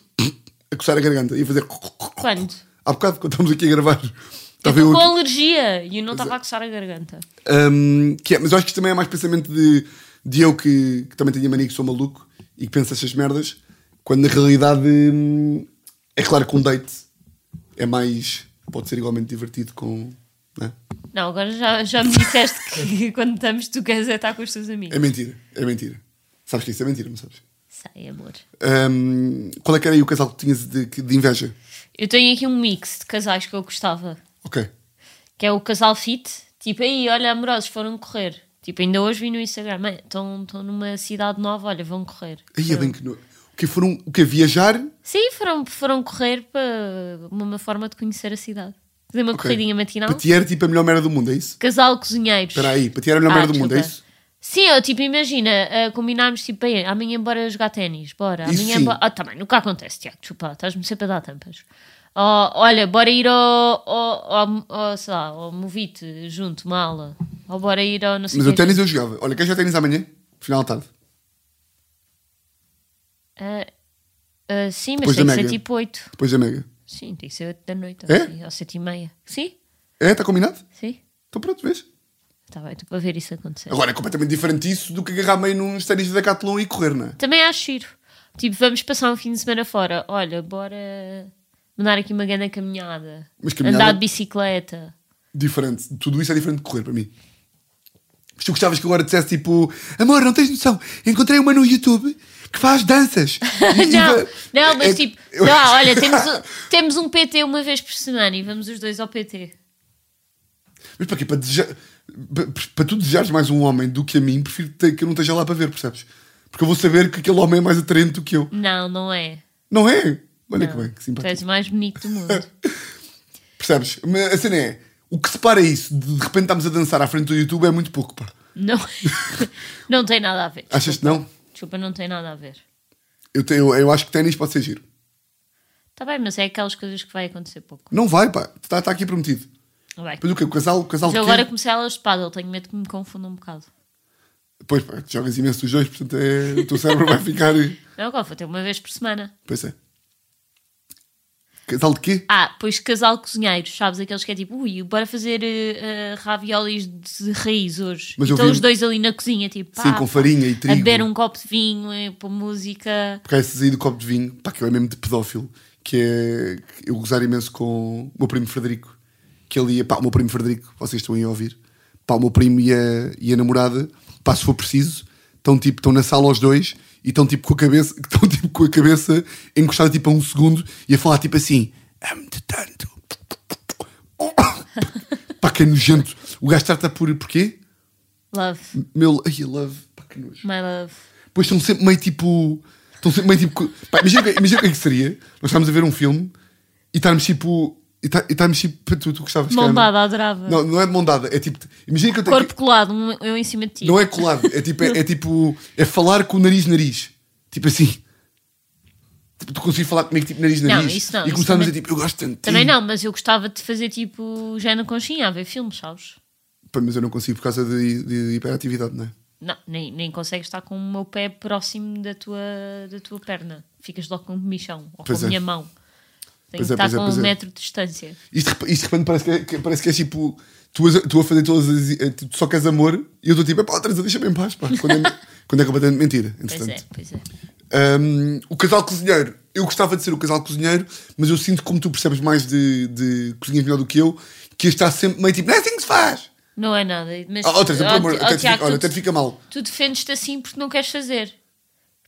A coçar a garganta e a fazer.
Quando?
Há bocado, quando estamos aqui a gravar.
Eu
Estava
estou
eu
com
Tá aqui- é.
alergia e eu não estava a coçar a garganta.
Um, que é- mas eu acho que isto também é mais pensamento de, de eu que, que também tenho a mania que sou maluco e que penso essas merdas, quando na realidade hum, é claro que um date é mais. pode ser igualmente divertido com. né?
Não, agora já, já me disseste que quando estamos, tu queres é estar com os teus amigos.
É mentira, é mentira. Sabes que isso é mentira, não sabes?
Sei, amor.
Um, qual é que era aí o casal que tinhas de, que- de inveja?
Eu tenho aqui um mix de casais que eu gostava,
Ok.
que é o casal fit. Tipo, aí, olha, amorosos, foram correr. Tipo, ainda hoje vi no Instagram, "Mãe, estão estão numa cidade nova, olha, vão correr.
Aí é bem que. No, o que foram. o que? Viajar?
Sim, foram, foram correr para uma forma de conhecer a cidade. Fazer uma
Ok.
corridinha matinal.
Para ti era tipo a melhor merda do mundo, é isso?
Casal cozinheiros.
Espera aí, para ti era a melhor
Ah,
merda do mundo, é
desculpa.
isso?
Sim, eu tipo, imagina, ah, combinámos tipo, aí, amanhã bora jogar ténis, bora.
Isso
Amanhã
sim.
bora. Ah, também, nunca acontece, Tiago, desculpa, estás-me sempre a dar tampas. Oh, olha, bora ir ao, ao, ao, ao, sei lá, ao Movite junto, uma aula. Ou bora ir ao não sei
Mas
quê.
o ténis eu jogava. Olha, queres jogar ténis amanhã? Final da tarde.
Ah, ah, sim, mas
Depois
tem
da
que ser
mega.
tipo 8.
Depois da Mega.
Sim, tem que ser 8 da noite,
É?
ou 7 e meia. Sim,
É, está combinado?
sim.
Então pronto, vês?
Está bem, estou para ver isso acontecer.
Agora é completamente diferente isso do que agarrar meio nos ténis da Decathlon e correr, não é?
Também acho giro. Tipo, vamos passar um fim de semana fora. Olha, bora mandar aqui uma grande caminhada.
Mas caminhada-
Andar de bicicleta.
Diferente. Tudo isso é diferente de correr para mim. Mas tu gostavas que agora dissesse tipo: Amor, não tens noção, encontrei uma no YouTube que faz danças. E- e
não,
va-
não,
É-
mas tipo,
eu-
não, olha, temos um, temos um PT uma vez por semana e vamos os dois ao PT.
Mas para quê? Para, desejar, para, para tu desejares mais um homem do que a mim, prefiro te- que eu não esteja lá para ver, percebes? Porque eu vou saber que aquele homem é mais atraente do que eu.
Não, não é.
Não é? Olha que
Não.
bem, que
tu
simpático.
és o mais bonito do mundo.
Percebes? Mas a cena é: o que separa isso de de repente estamos a dançar à frente do YouTube é muito pouco, pá.
não, não tem nada a ver.
Achas que não?
Desculpa, não tem nada a ver.
Eu, te- eu, eu acho que ténis pode ser giro.
Está bem, mas é aquelas coisas que vai acontecer pouco.
Não vai, pá. Está tá aqui prometido.
Vai.
Mas o quê? O casal, o casal
Mas eu
que
agora
quer-
comecei a aulas de paddle, tenho medo que me confunda um bocado.
Pois, pá, tu jogas imenso os dois, portanto é... o teu cérebro vai ficar...
Não, agora vou ter uma vez por semana.
Pois é. Casal de quê?
Ah, pois casal cozinheiro, sabes? Aqueles que é tipo, ui, bora fazer eh, eh, raviolis de raiz hoje.
Mas eu
então
vi-
os dois ali na cozinha, tipo, pá,
Sim, com farinha e
a
trigo.
beber um copo de vinho, eh, pôr música.
Porque há esses aí do copo de vinho, pá, que eu é mesmo de pedófilo, que é que eu gozar imenso com o meu primo Frederico, que ele ia, pá, o meu primo Frederico, vocês estão aí a ouvir, pá, o meu primo e a, e a namorada, pá, se for preciso, estão tipo, estão na sala os dois e estão tipo com a cabeça, estão tipo com a cabeça encostada tipo a um segundo e a falar tipo assim, amo-te tanto. pá, que é nojento. O gajo trata por porquê?
Love,
Meu, ai, love, pá, que nojo.
my love.
Pois estão sempre meio tipo. Estão sempre meio tipo. Pá, imagina, o que- imagina o que é que seria nós estarmos a ver um filme e estarmos tipo. E ta- e estarmos tipo. Tu, tu gostavas
Mão
caramba.
dada, adorava.
Não, não é de mão dada, é tipo. Imagina que eu tenho.
Corpo colado, um- eu em cima de ti.
Não é colado, é tipo. É, é tipo. É falar com o nariz-nariz. Tipo assim. Tipo, tu consegues falar comigo tipo nariz-nariz.
Não, isso não,
E
isso
começarmos a
também-
dizer tipo, eu gosto tanto. de ti.
Também não, mas eu gostava de fazer tipo já na conchinha, a ver filmes, sabes?
Pá, mas eu não consigo por causa de, de hiperatividade, não é?
Não, nem, nem consegues estar com o meu pé próximo da tua, da tua perna. Ficas logo com o michão ou
Pois
com
é.
a minha mão. Tem
Pois
que
é,
estar
pois é,
com
pois é.
um metro de distância.
Isto, de rep- isto de repente parece que é, que- parece que é tipo. Tu, a- tu a fazer todas as. eh, Tu só queres amor e eu estou tipo, pá, Teresa, deixa-me em paz, pá. Quando é, quando é completamente mentira,
Pois é,
entretanto.
pois é.
Um, o casal cozinheiro. Eu gostava de ser o casal cozinheiro, mas eu sinto como tu percebes mais de, de cozinhas melhor do que eu, que este está sempre meio tipo, não é assim que se faz.
Não é nada. Mas,
Ah, oh, Teresa, pelo
oh,
amor,
Ti- oh,
até te
Tiago,
fica- olha,
tu-
até te fica mal.
tu defendes-te assim porque não queres fazer.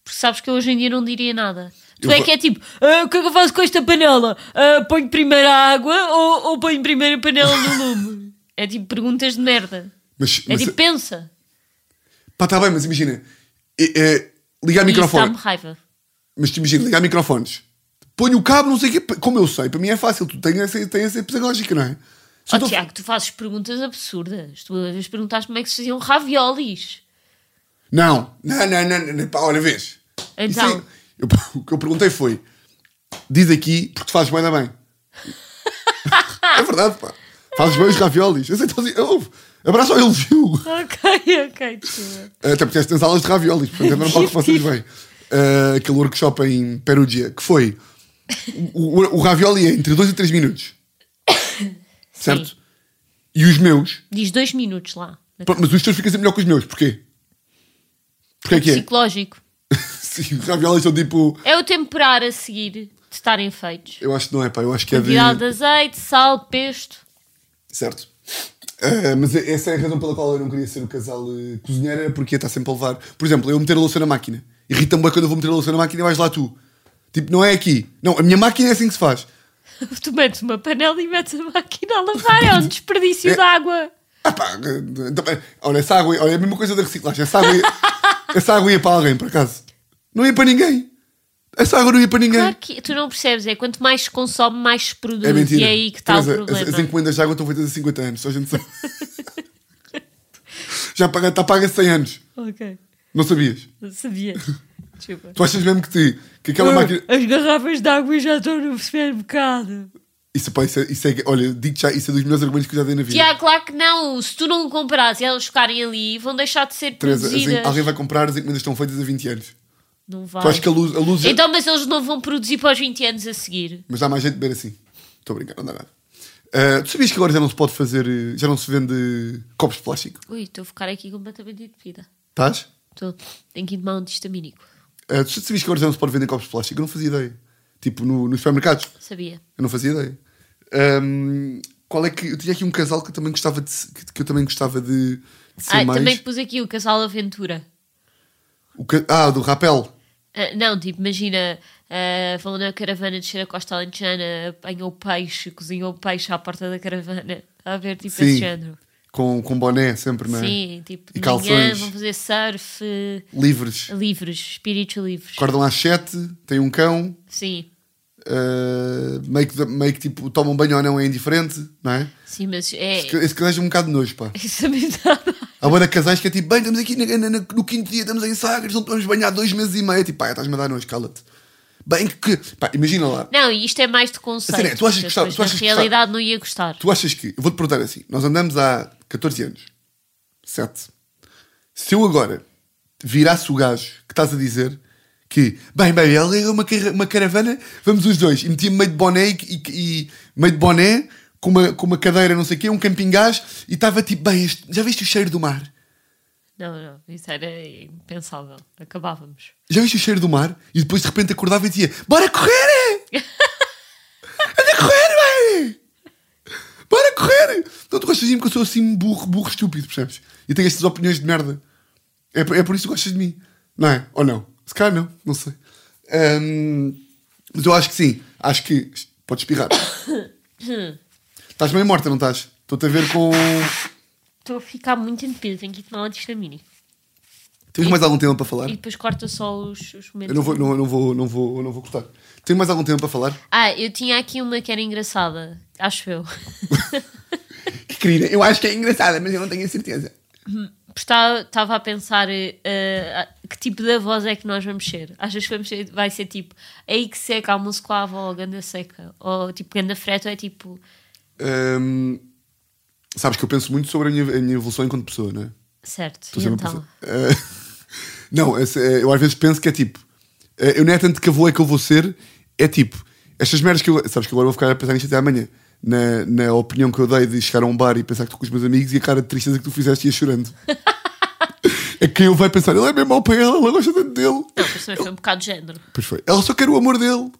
Porque sabes que eu hoje em dia não diria nada. Tu
Eu
é
fa-
que é tipo, "Ah, o que é que eu faço com esta panela? Ah, ponho primeiro a água ou, ou ponho primeiro a panela no lume? é tipo perguntas de merda.
Mas,
É
mas-
tipo, pensa.
pá, está bem, mas imagina. eh, eh, ligar
E isso
microfone.
dá-me raiva.
Mas te imagina, ligar microfones. Põe o cabo, não sei o quê. p- Como eu sei, para mim é fácil. Tu tens essa, tens essa pedagógica, não é? Se
Ó
eu tô-
Oh, Tiago, tu fazes perguntas absurdas. Tu uma vez perguntaste como é que se faziam raviolis.
Não, não, não, não, não, pá, olha, vês.
Então.
Isso aí- eu- o que eu perguntei foi: diz aqui porque tu fazes bem da bem. é verdade, pá. Fazes bem os raviolis. Eu sei, então, assim, ouve, abraço ao elogio.
Ok, ok, desculpa.
Até porque tens aulas de raviolis, portanto é normal que
Tipo,
vocês bem. Ah, aquele workshop em Perugia, que foi. O, o- o ravioli é entre 2 e 3 minutos. Certo?
Sim.
E os meus.
Diz dois minutos lá.
pá, Mas os teus ficam sempre melhor que os meus, porquê? Porquê é que é?
Psicológico.
Sim, os raviolis são tipo.
É o temperar a seguir de estarem feitos.
Eu acho que não é, pá. Eu acho que é de.
Quantidade de azeite, sal, pesto.
Certo. Ah, mas essa é a razão pela qual eu não queria ser o casal eh, cozinheiro, era porque ia estar sempre a levar. Por exemplo, eu meter a louça na máquina. Irrita-me bem quando eu vou meter a louça na máquina e vais lá tu. Tipo, não é aqui. Não, a minha máquina é assim que se faz.
Tu metes uma panela e metes a máquina a lavar. É um desperdício de água.
Ah pá, eh, também- olha, essa água, olha, é a mesma coisa da reciclagem. Essa água, ia, essa água ia para alguém, por acaso. Não ia para ninguém. Essa água não ia para ninguém.
Claro que tu não percebes. É quanto mais se consome, mais se produz.
É mentira.
E é aí que está o
Teresa, as-
problema.
As, encomendas de água estão feitas há 50 anos, só a gente sabe. Já paga, está paga 100 anos.
Ok,
Não sabias?
não sabia. Desculpa.
Tu achas mesmo que, te, que aquela máquina.
As garrafas de água já estão no supermercado.
Isso, pá, isso é, isso é- Olha, digo já, isso é dos melhores argumentos que eu já dei na vida.
Tiago, claro que não. Se tu não comprares e elas ficarem ali, vão deixar de ser
Teresa, assim,
produzidas.
alguém vai comprar, as encomendas estão feitas há 20 anos.
Não vai.
Tu achas que a luz. A luz já-
Então, mas eles não vão produzir para os 20 anos a seguir.
Mas dá mais jeito de beber assim. Estou a brincar, não dá nada. Ah, tu sabias que agora já não se pode fazer. eh, Já não se vende copos de plástico?
Ui, estou a ficar aqui completamente entupida.
Estás?
Estou. Tenho que ir tomar um antihistamínico.
Ah, tu sabias que agora já não se pode vender copos de plástico? Eu não fazia ideia. Tipo, no- nos supermercados.
Sabia.
Eu não fazia ideia. Ahm, qual é que. Eu tinha aqui um casal que eu também gostava de, se- que, que eu também gostava de, de ser
Ah,
mais.
também pus aqui o casal aventura.
O ca- Ah, do rapel.
Ah, não, tipo, imagina, ah, vão na caravana descer a costa alentejana, apanhou peixe, cozinhou peixe à porta da caravana. Está a ver, tipo,
Sim.
esse género.
Com, com boné sempre, não é?
Sim, tipo,
E
de manhã
calções.
vão fazer surf, eh,
Livres.
livres, espíritos livres.
Acordam às 7, têm um cão,
Sim,
ah, meio, que, meio que tipo tomam banho ou não é indiferente, não é?
sim, mas é.
Esse- Esse casais é um bocado de nojo, pá.
Isso é me dá.
Há boa de casais que é tipo, bem, estamos aqui na- na- na- no quinto dia, estamos em Sagres, não estamos banhar dois meses e meio. Tipo, pá, estás-me a dar nojo, cala-te. Bem que. Pá, imagina lá.
Não, e isto é mais de conceito.
A sério, tu achas que gostava-
Depois,
tu achas que
na realidade não ia gostar.
Tu achas que. Eu vou-te perguntar assim. Nós andamos há 14 anos. 7. Se eu agora virasse o gajo que estás a dizer que, bem, bem, ele ligou uma, cara- uma caravana, vamos os dois. E metia-me meio de boné e, e- e- meio de boné, com uma, com uma cadeira, não sei o quê, um camping gás, e estava tipo, bem, este- já viste o cheiro do mar?
Não, não, isso era impensável. Acabávamos.
Já viste o cheiro do mar? E depois de repente acordava e dizia: Bora correr! é! Anda a correr, bem! Bora correr! Então tu gostas de mim porque eu sou assim burro, burro estúpido, percebes? E tenho estas opiniões de merda. É, por- é por isso que gostas de mim, não é? Ou não? Se calhar não, não sei. Ahm, mas eu acho que sim. Acho que. Podes espirrar.
Hum.
estás meio morta, não estás? Estou-te a ver com.
Estou a ficar muito entupida, tenho que ir tomar uma antistamínica.
Tens mais algum tema para falar?
E depois corta só os, os
Eu
momentos.
não vou, não, não vou, não vou, não vou cortar. Tens mais algum tema para falar?
Ah, eu tinha aqui uma que era engraçada, acho eu.
Que querida, eu acho que é engraçada, mas eu não tenho a certeza.
Estava a pensar eh, eh, que tipo de voz é que nós vamos ser. Achas que vamos ser, vai ser tipo aí que seca, almoço com a avó, ou ganda seca, ou tipo ganda freta, ou é tipo.
sabes que eu penso muito sobre a minha, a minha evolução enquanto pessoa, não é?
Certo,
Estou
e
sempre a
então.
pensar. Eh, não, esse, eh, eu às vezes penso que é tipo, eh, eu não é tanto que avô é que eu vou ser, é tipo, estas merdas que eu. Sabes que agora eu vou ficar a pensar nisto até amanhã. Na, na opinião que eu dei de chegar a um bar e pensar que estou com os meus amigos e a cara de tristeza que tu fizeste e ia chorando. é que eu vai pensar, ele é mesmo ao pé, ela gosta tanto dele.
Não, mas também foi um bocado de género.
Pois foi. Ela só quer o amor dele.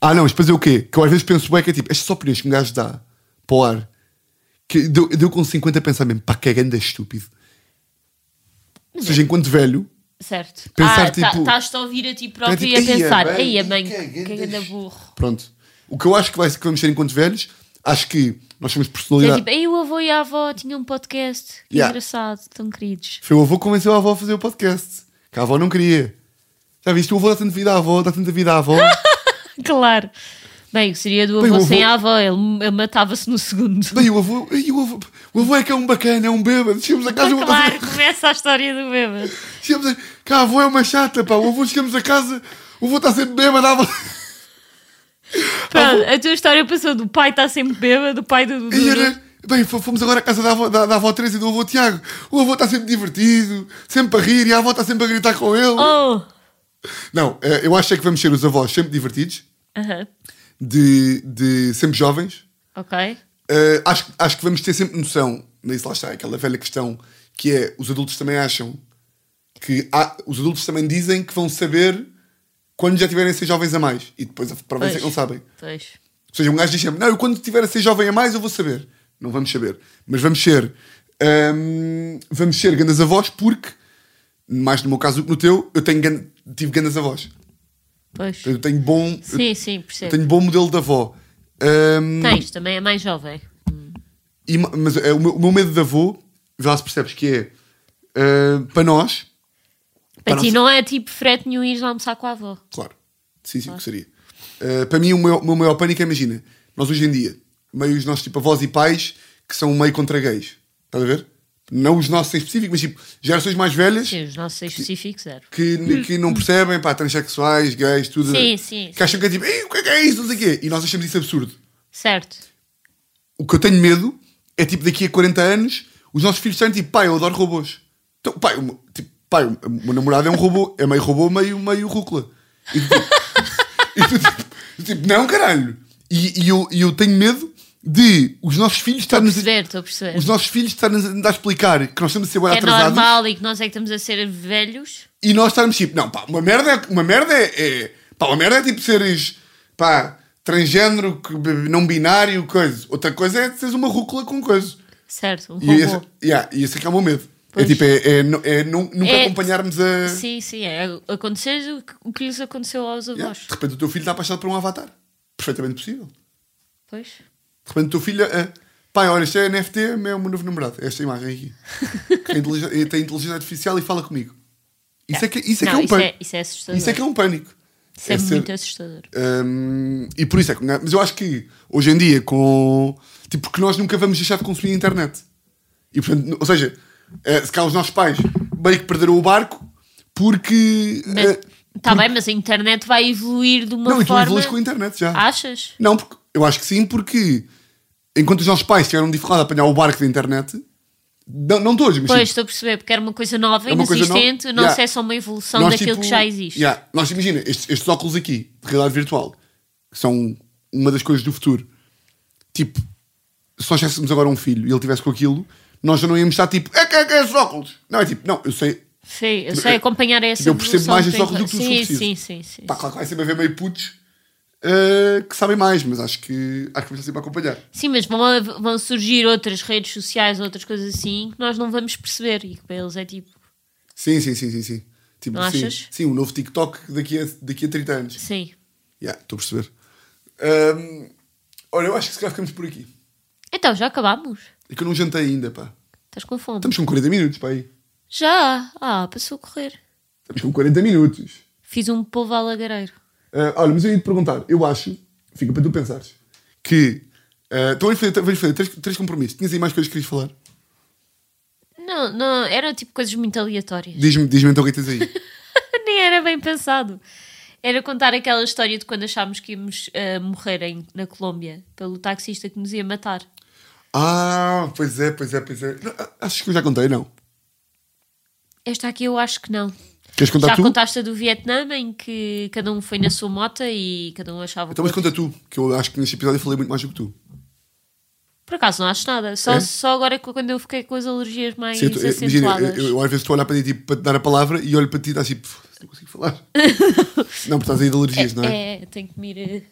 Ah, não, mas depois é o quê? Que eu às vezes penso bem que é tipo, estas opiniões que um gajo dá para o ar, que deu, deu com 50 a pensar mesmo, pá, que é grande estúpido. Ou seja, enquanto velho,
Certo.
Pensar,
ah, tá-
tipo-
estás-te a ouvir a ti próprio e
tipo,
a
"Eia,
pensar,
bem,
ei, a mãe,
que é
que
ganda
ganda
ch-
burro.
pronto. O que eu acho que vai ser que vamos ser enquanto velhos, acho que nós somos
É
personalidade.
tipo, ei, o avô e a avó tinham um podcast, que
Yeah.
engraçado, tão queridos.
Foi o avô que convenceu a avó a fazer o podcast. Que a avó não queria. Já viste? O avô dá tanta vida à avó, dá tanta vida à avó.
Claro. Bem, seria do
Bem,
avô
o avô-
sem a avó, ele, ele matava-se no segundo.
Daí o avô, e o avô, o avô é que é um bacana, é um bêbado. Chegamos a casa e o avô está
claro, começa a história do bêbado.
Chegamos a... Cá, a avó é uma chata, pá. O avô chegamos a casa, o avô está sempre bêbado. a avó-
Uhum. Pronto, a tua história passou do pai está sempre bêbado, do pai do Dudu.
E era... Bem, f- fomos agora à casa da avó, da, da avó Teresa e do avô Tiago. O avô está sempre divertido, sempre a rir e a avó está sempre a gritar com ele.
Oh!
Não, eh, eu acho é que vamos ser os avós sempre divertidos,
Aham.
de, de sempre jovens.
Ok.
Eh, acho, acho que vamos ter sempre noção, mas lá está, aquela velha questão que é os adultos também acham que há- os adultos também dizem que vão saber quando já tiverem a ser jovens a mais e depois a prova é que
Pois.
não sabem.
Pois.
Ou seja, um gajo diz sempre: Não, eu quando tiver a ser jovem a mais, eu vou saber. Não vamos saber. Mas vamos ser. hum, vamos ser grandes avós, porque, mais no meu caso do que no teu, eu tenho gan- tive grandes avós.
Pois.
Eu tenho bom. eu-
Sim, sim,
Eu
percebo.
tenho bom modelo de avó. Hum,
Tens, também é mais jovem.
e ma- mas é, o, meu, o meu medo de avô, já se percebes que é. ah, para nós,
Para
não
ti
ser-
não é tipo frete nenhum ir almoçar com a avó.
Claro. Sim, sim, que seria. Uh, para mim, o meu, o meu maior pânico é, imagina, nós hoje em dia, meio os nossos, tipo, avós e pais, que são meio contra gays. Estás a ver? Não os nossos em específico, mas, tipo, gerações mais velhas
Sim, os nossos específicos, zero.
que, que não percebem, pá, transexuais, gays, tudo.
Sim, sim,
Que acham que é tipo, "Ei, o que é que é isso, não sei o quê. E nós achamos isso absurdo.
Certo.
O que eu tenho medo é, tipo, daqui a 40 anos, os nossos filhos serem tipo, pai, eu adoro robôs. Então, pai, o meu- tipo, pai, o meu namorado é um robô, é meio robô, meio, meio rúcula. E tu, e tu, tipo, tipo, não, caralho. E, e eu, e eu tenho medo de os nossos filhos estarem-nos a,
Perceber, estou a perceber.
os nossos filhos estarem-nos a andar a explicar que nós estamos a ser bué
É
atrasados
normal e que nós é que estamos a ser velhos.
e nós estarmos tipo, não, pá, uma merda é, uma merda é, é- pá, uma merda é tipo seres, pá, transgénero, que- não binário, coisa. Outra coisa é seres uma rúcula com coisa.
Certo, um
E esse,
robô.
yeah, e esse é que é o meu medo.
Pois.
É tipo, é, é nu- é nu- nunca
É-
acompanharmos a.
Sim, sim, é acontecer o que, o que lhes aconteceu aos
Yeah.
avós.
De repente o teu filho está apaixonado por um avatar. Perfeitamente possível. De
Pois.
repente o teu filho. ah, Pai, olha, este é NFT, é o meu novo namorado. Esta imagem aqui. Que tem, inteligência, eh, tem inteligência artificial e fala comigo. Isso é que, isso é,
Não,
que é um
isso, é,
pânico.
isso é assustador.
Isso é que é um pânico.
Isso é,
ser-
muito assustador.
Hum, e por isso é que. Mas eu acho que hoje em dia, com. Tipo, porque nós nunca vamos deixar de consumir a internet. E, portanto, ou seja, eh, se calhar os nossos pais meio que perderam o barco porque. eh,
Está tá bem, mas a internet vai evoluir de uma
não, e tu
forma. Ah?
evoluís com a internet já.
Achas?
Não, porque eu acho que sim, porque enquanto os nossos pais tiveram dificuldade a apanhar o barco da internet, Não, não todos, mas
Pois,
tipo,
estou a perceber, porque era uma coisa nova,
É uma coisa
inexistente,
nova.
não
Yeah.
sei, é só uma evolução
nós,
daquilo
tipo,
que já existe.
yeah, nós imagina, estes, estes óculos aqui, de realidade virtual, que são uma das coisas do futuro. Tipo, se nós tivéssemos agora um filho e ele tivesse com aquilo, nós já não íamos estar tipo, é que é, que é esses óculos? Não, é tipo, não, eu sei,
Sim, eu sei acompanhar essa
Eu percebo
evolução
mais
que
esses
tem-
óculos do que tu
sim,
preciso.
sim, sim, sim.
Pá, claro que vai sempre haver meio putos uh, que sabem mais, mas acho que acho que vamos sempre a acompanhar.
Sim, mas vão, vão surgir outras redes sociais, outras coisas assim, que nós não vamos perceber. E que para eles é tipo,
Sim, sim, sim, sim, sim. Tipo,
Não
sim,
achas?
sim, o novo TikTok daqui a, daqui a 30 anos.
sim.
Yeah, estou a perceber. Um, olha, eu acho que se calhar ficamos por aqui.
Então, já acabámos.
É que eu não jantei ainda, pá.
Estás com fome?
Estamos com 40 minutos, pá aí.
Já! Ah, passou a correr.
Estamos com 40 minutos.
Fiz um povo alagareiro.
Ah, olha, mas eu ia te perguntar, eu acho, fica para tu pensares, que. ah, então vamos fazer, vamos fazer três, três compromissos. Tinhas aí mais coisas que querias falar?
Não, não, eram tipo coisas muito aleatórias.
Diz-me diz então o que tens aí.
Nem era bem pensado. Era contar aquela história de quando achámos que íamos ah, morrer em- na Colômbia pelo taxista que nos ia matar.
ah, pois é, pois é, pois é. Não, ah, Achas que eu já contei, não?
Esta aqui eu acho que não.
Queres contar
Já
tu?
contaste a do Vietnã em que cada um foi na sua moto e cada um achava
Então,
que
mas conta tu, que eu acho que neste episódio eu falei muito mais do que tu.
Por acaso não acho nada. Só,
É?
só agora que- quando eu fiquei com as alergias mais
Sim, eu tô- eu- imagina,
acentuadas.
eu, eu às vezes estou a olhar para ti tipo, para te dar a palavra e olho para ti e estás tipo, "Foda-se, não consigo falar. não, porque estás aí de alergias, não é?
É, tenho que me ir. eh,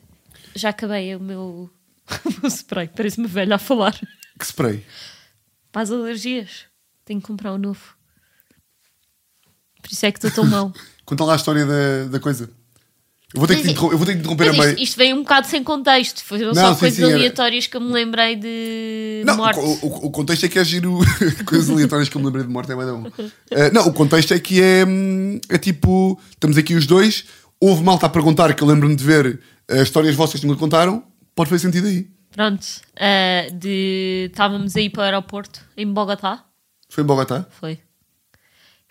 Já acabei o meu, o meu spray. Parece-me velho a falar.
Que spray.
Para as alergias. Tenho que comprar um novo. Por isso é que estou tão mal.
Conta lá a história da, da coisa. Eu vou ter que te
Mas-
interrom- eu vou ter que te interromper a
Mas
meio.
isto, isto veio um bocado sem contexto. Foram
Não,
só
sim,
coisas
sim, era-
aleatórias que eu me lembrei de
Não,
morte.
o, o- o contexto é que é giro. Coisas aleatórias que eu me lembrei de morte é mais um. Eh, não, o contexto é que é, hum, é tipo. Estamos aqui os dois. Houve malta a perguntar que eu lembro-me de ver eh, as histórias vossas que nunca contaram. Pode fazer sentido aí.
Pronto. ah, de... Estávamos aí para o aeroporto, em Bogotá.
Foi em Bogotá?
Foi.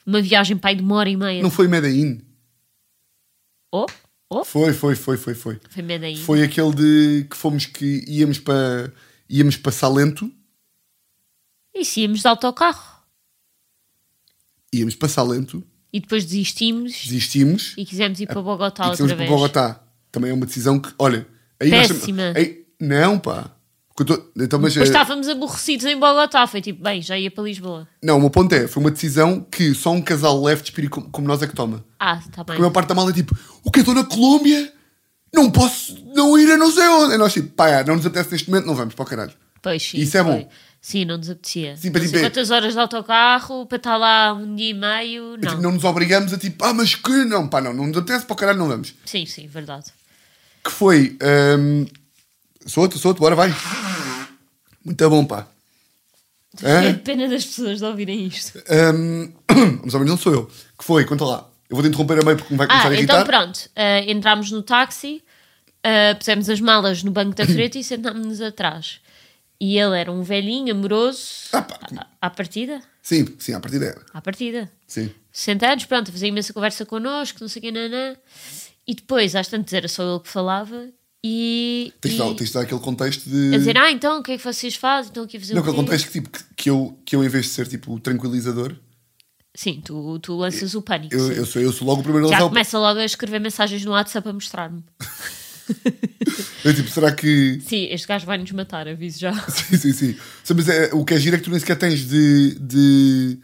Uma viagem pai de uma hora e meia.
Não foi em Medellín?
Oh, oh,
Foi, foi, foi, foi, foi.
foi Medellín.
Foi aquele de que fomos que íamos para íamos para Salento,
E sim, íamos de autocarro.
íamos para Salento,
E depois desistimos
desistimos
e quisemos ir para Bogotá
e
outra
fomos
vez.
para Bogotá. Também é uma decisão que, olha, aí nós tam-
Péssima.
aí- não, pá. Que eu tô- então, mas,
Depois
eh,
estávamos aborrecidos em Bogotá. Foi tipo, bem, já ia para Lisboa.
não, o meu ponto é, foi uma decisão que só um casal leve de espírito como, como nós é que toma.
Ah, está
A
bem.
maior parte da mala é tipo, o que estou na Colômbia? Não posso não ir a não sei onde. E nós tipo, pá, é, não nos apetece neste momento, não vamos para o caralho.
Pois, sim,
Isso é
foi.
bom.
Sim, não nos apetecia.
Sim, para
não sei
tipo, é-
quantas horas de autocarro, para estar lá um dia e meio.
É, tipo,
Não.
não nos obrigamos a tipo, ah, mas que não, pá, não, não nos apetece para o caralho, não vamos.
Sim, sim, verdade.
que foi. Um, solto, solto, bora, vai. Muito bom, pá.
É?
Hã?
pena das pessoas de ouvirem isto.
Hum, mas ao menos não sou eu. Que foi, conta lá. Eu vou te interromper a meio porque me vai começar
Ah,
a
então
irritar.
pronto. ah, entramos no táxi, ah, pusemos as malas no banco da frente e sentámos-nos atrás. E ele era um velhinho, amoroso,
Ah, pá, como-
à- à partida.
Sim, sim, à partida era.
À partida.
Sim.
60 anos, pronto, fazia imensa conversa connosco, não sei o que, nanã. E depois, às tantas, era só ele que falava e.
Tens de
e
dar- tens de dar aquele contexto de.
a dizer, ah, então, o que é que vocês fazem? Então, aqui fazer
não,
o quê?
aquele contexto que, tipo, que, que eu, que eu, em vez de ser tipo o tranquilizador,
Sim, tu, tu lanças o pânico.
eu,
sim.
eu, sou, eu sou logo o primeiro a
Já
lançar o-
começa logo a escrever mensagens no WhatsApp para mostrar-me.
Eu, tipo, será que.
Sim, este gajo vai nos matar, aviso já.
Sim, sim, sim. Sim, Mas é, o que é giro é que tu nem sequer tens de. de-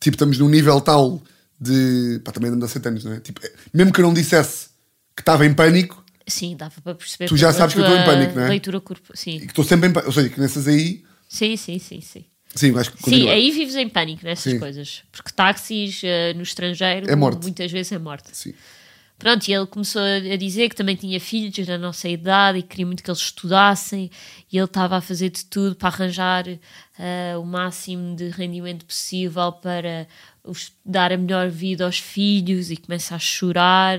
tipo, estamos num nível tal de. Pá, também ando há 7 anos, não é? Tipo, é- mesmo que eu não dissesse que estava em pânico
Sim, dava para perceber.
Tu já
pela
sabes que eu estou em
tua
pânico, não é?
Leitura corpo.
e
Sim,
que estou sempre em pânico. Ou seja, que nessas aí.
sim, sim, sim. sim.
Sim, eu acho que.
Sim,
continua.
aí vives em pânico nessas
Sim.
coisas. Porque táxis eh, no estrangeiro
É morte.
muitas vezes é morte.
Sim.
Pronto, e ele começou a dizer que também tinha filhos da nossa idade e queria muito que eles estudassem, e ele estava a fazer de tudo para arranjar ah, o máximo de rendimento possível para os- dar a melhor vida aos filhos e começa a chorar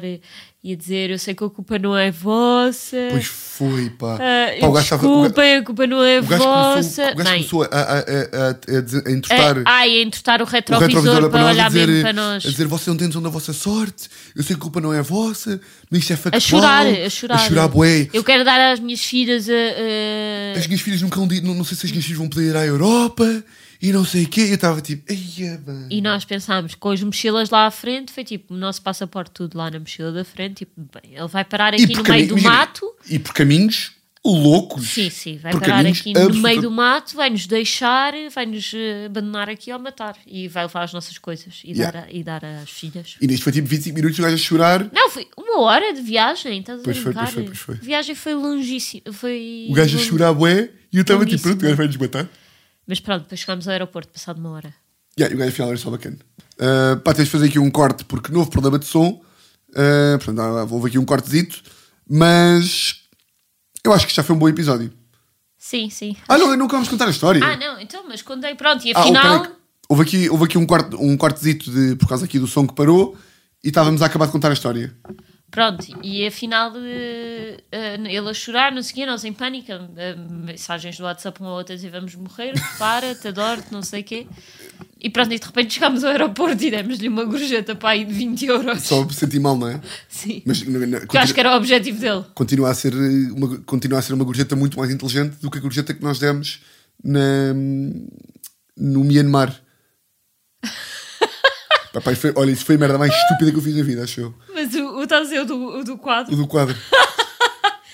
e a dizer: Eu sei que a culpa não é vossa.
Pois foi, pá.
ah,
Pá, o gajo estava- o ga-
desculpem, a culpa não é
o gajo começou,
vossa.
o gajo
Bem,
começou a, a, a, a, a des- a entortar.
ah, ai, a entortar o
o
retrovisor,
retrovisor
para
para nós, a
olhar mesmo
dizer,
para nós.
a dizer vocês não têm noção da vossa sorte, eu sei que a culpa não é a vossa, mas isto é factual.
A chorar, a chorar.
A chorar, bué.
Eu quero dar às minhas filhas eh, a. a-
As minhas filhas nunca vão, di- não, não sei se as minhas filhas vão poder ir à Europa e não sei o quê. E eu estava tipo, eia, mano.
E nós pensámos, com as mochilas lá à frente, foi tipo, o nosso passaporte tudo lá na mochila da frente, tipo, bem, ele vai parar aqui no
por cami-
meio do
imagina,
mato.
E por caminhos loucos.
Sim, sim, vai
Por
parar
caminhos
aqui no meio
absoluta-
do mato, vai-nos deixar, vai-nos eh, abandonar aqui ou matar. E vai levar as nossas coisas e,
Yeah.
dar, a- e dar às filhas.
E nisto foi tipo 25 minutos, o gajo a chorar.
Não, foi uma hora de viagem, estás
Pois
a
foi,
brincar?
pois foi, pois foi.
A viagem foi longíssima. Foi
O gajo a
longe-
chorar, bué. E eu estava tipo,
Longuíssimo.
pronto, o gajo vai nos matar.
Mas pronto, depois chegámos ao aeroporto, passado uma hora.
Yeah, e o gajo afinal era só bacana. Uh, pá, tens de fazer aqui um corte, porque novo problema de som. Uh, portanto, ah, houve aqui um cortezito. Mas eu acho que isto já foi um bom episódio.
Sim, sim.
Ah, não, nunca vamos contar a história.
Ah, não, então, mas contei, pronto, e
Ah,
afinal.
peraí, houve aqui, houve aqui um, corte, um cortezito de, por causa aqui do som que parou e estávamos a acabar de contar a história.
Pronto, e afinal eh, eh, ele a chorar, não sei o quê, nós em pânico, eh, mensagens do WhatsApp uma a outra a dizer vamos morrer, para, te adoro, não sei o quê. E pronto, e de repente chegámos ao aeroporto e demos-lhe uma gorjeta para aí de 20 euros.
Só me senti mal, não é?
Sim.
Mas na- na-
que eu
continu-
acho que era o objetivo dele.
continua, a ser eh, uma, continua a ser uma gorjeta muito mais inteligente do que a gorjeta que nós demos na, no Myanmar. Pá, pá, isso foi- olha, isso foi a merda mais estúpida que eu fiz na vida, acho eu.
Mas o, o estás a dizer o do, o do
O
quadro?
do quadro.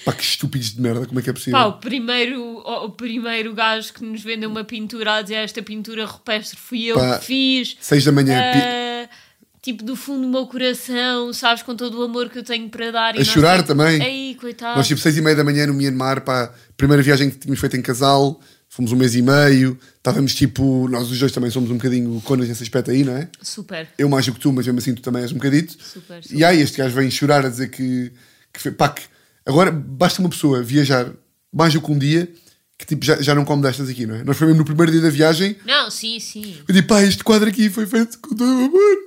Pá, que estúpidos de merda, como é que é possível?
Pá, o primeiro, o, o primeiro gajo que nos vendeu uma pintura a dizer "Ah, esta pintura rupestre fui eu
Pá,
que fiz.
Seis da manhã, É, pi-
Ah, tipo, do fundo do meu coração, sabes, com todo o amor que eu tenho para dar. e
a
nós,
chorar
tipo,
também.
Ei, coitado.
Nós, tipo, seis e meia da manhã no Myanmar, pá, primeira viagem que tínhamos feito em casal, fomos um mês e meio, estávamos tipo, nós os dois também somos um bocadinho conas nesse aspecto aí, não é?
Super.
Eu mais do que tu, mas mesmo assim tu também és um bocadito.
Super, super.
E aí este gajo vem chorar a dizer que, que foi- pá, que agora basta uma pessoa viajar mais do que um dia que tipo, já, já não come destas aqui, não é? Nós foi mesmo no primeiro dia da viagem,
Não, sim, sim.
eu digo, pá, este quadro aqui foi feito com todo o amor.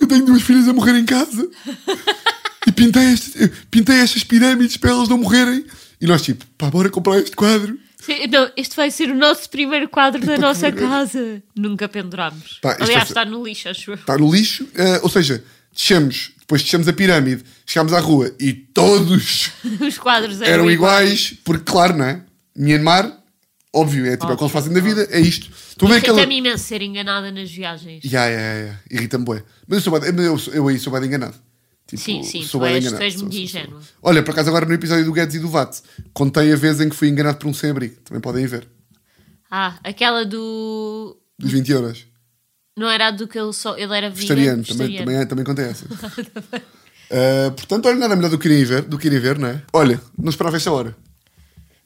Eu tenho duas filhas a morrer em casa. e pintei, este, pintei estas pirâmides para elas não morrerem. E nós, tipo, pá, bora comprar este quadro.
Sim, Não, este vai ser o nosso primeiro quadro da nossa casa. Nunca pendurámos.
Pá, isto
Aliás,
é-
está no lixo, acho eu.
Está no lixo. eh, ou seja, descemos, depois descemos a pirâmide, chegámos à rua e todos
Os quadros eram,
eram iguais, porque, claro, não é? Myanmar, óbvio, é tipo, é o que eles fazem da vida, é isto. Estou a ver aquela.
Oh. Irrita-me imenso ser enganada nas viagens.
Ya, ya, ya, irrita-me, bué. Mas eu, sou, bué- eu, sou- eu aí sou bem enganado. Tipo,
Sim, sim,
sou
tu
bué
és-
enganado.
tu és
Sou-
muito
sou- sou-
ingênuo.
Olha, por acaso agora no episódio do Guedes e do VAT, contei a vez em que fui enganado por um sem-abrigo. Também podem ir ver.
Ah, aquela do.
Dos 20 euros.
Não era a do que ele só. Ele era vegano.
Vegetariano. Também, também, é- também contei essa. Ah, portanto, olha, nada melhor do que irem ver, do que irem ver, não é? Olha, não esperava esta hora.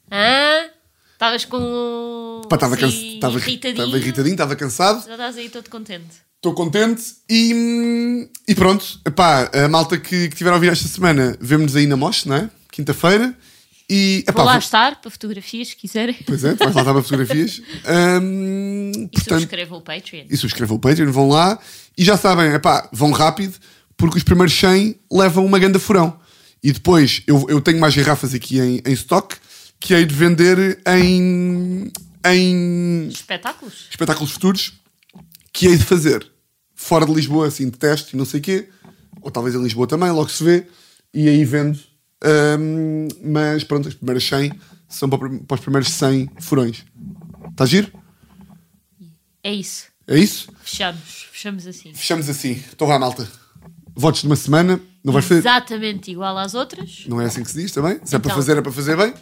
Hã? Estavas com.
é. Pá, estava cansa-
assim,
estava-
irritadinho.
estava irritadinho, estava cansado.
Já estás aí todo contente.
Estou contente e, e pronto. Epá, a malta que, que tiver a ouvir esta semana, vemos-nos aí na Mosh, não é? Quinta-feira. E, epá,
Vou lá
vou-
estar para fotografias, se quiserem.
Tá Pois é, tu vais lá dar para fotografias. Ahm,
E
portanto,
subscrevam o Patreon.
e subscrevam o Patreon, vão lá. E já sabem, epá, vão rápido, porque os primeiros 100 levam uma ganda furão. E depois, eu, eu tenho mais garrafas aqui em, em stock, que hei de vender em, em
Espetáculos?
espetáculos futuros, que hei de fazer fora de Lisboa, assim, de teste e não sei o quê. Ou talvez em Lisboa também, logo se vê. E aí vendo. Ahm, mas pronto, as primeiras 100 são para, para os primeiros 100 furões. Está giro?
É isso.
É isso?
Fechamos. Fechamos assim.
Fechamos assim. Então vá, malta. Votos de uma semana. Não vai fazer.
Exatamente igual às outras.
Não é assim que se diz também? Se é para
Então.
fazer, é para fazer bem.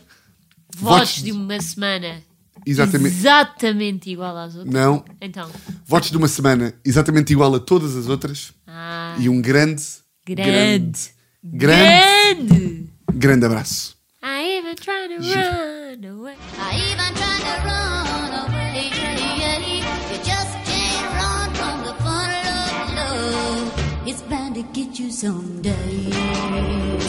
Votos de uma semana.
Exatamente.
Exatamente igual às outras.
Não.
Então.
Votos de uma semana exatamente igual a todas as outras.
Ah,
E um grande.
Grande.
Grande.
grande.
Grande abraço.
I even try to run away.
I even tried to run away. You just can't run from the fun of love. It's bound to get you someday.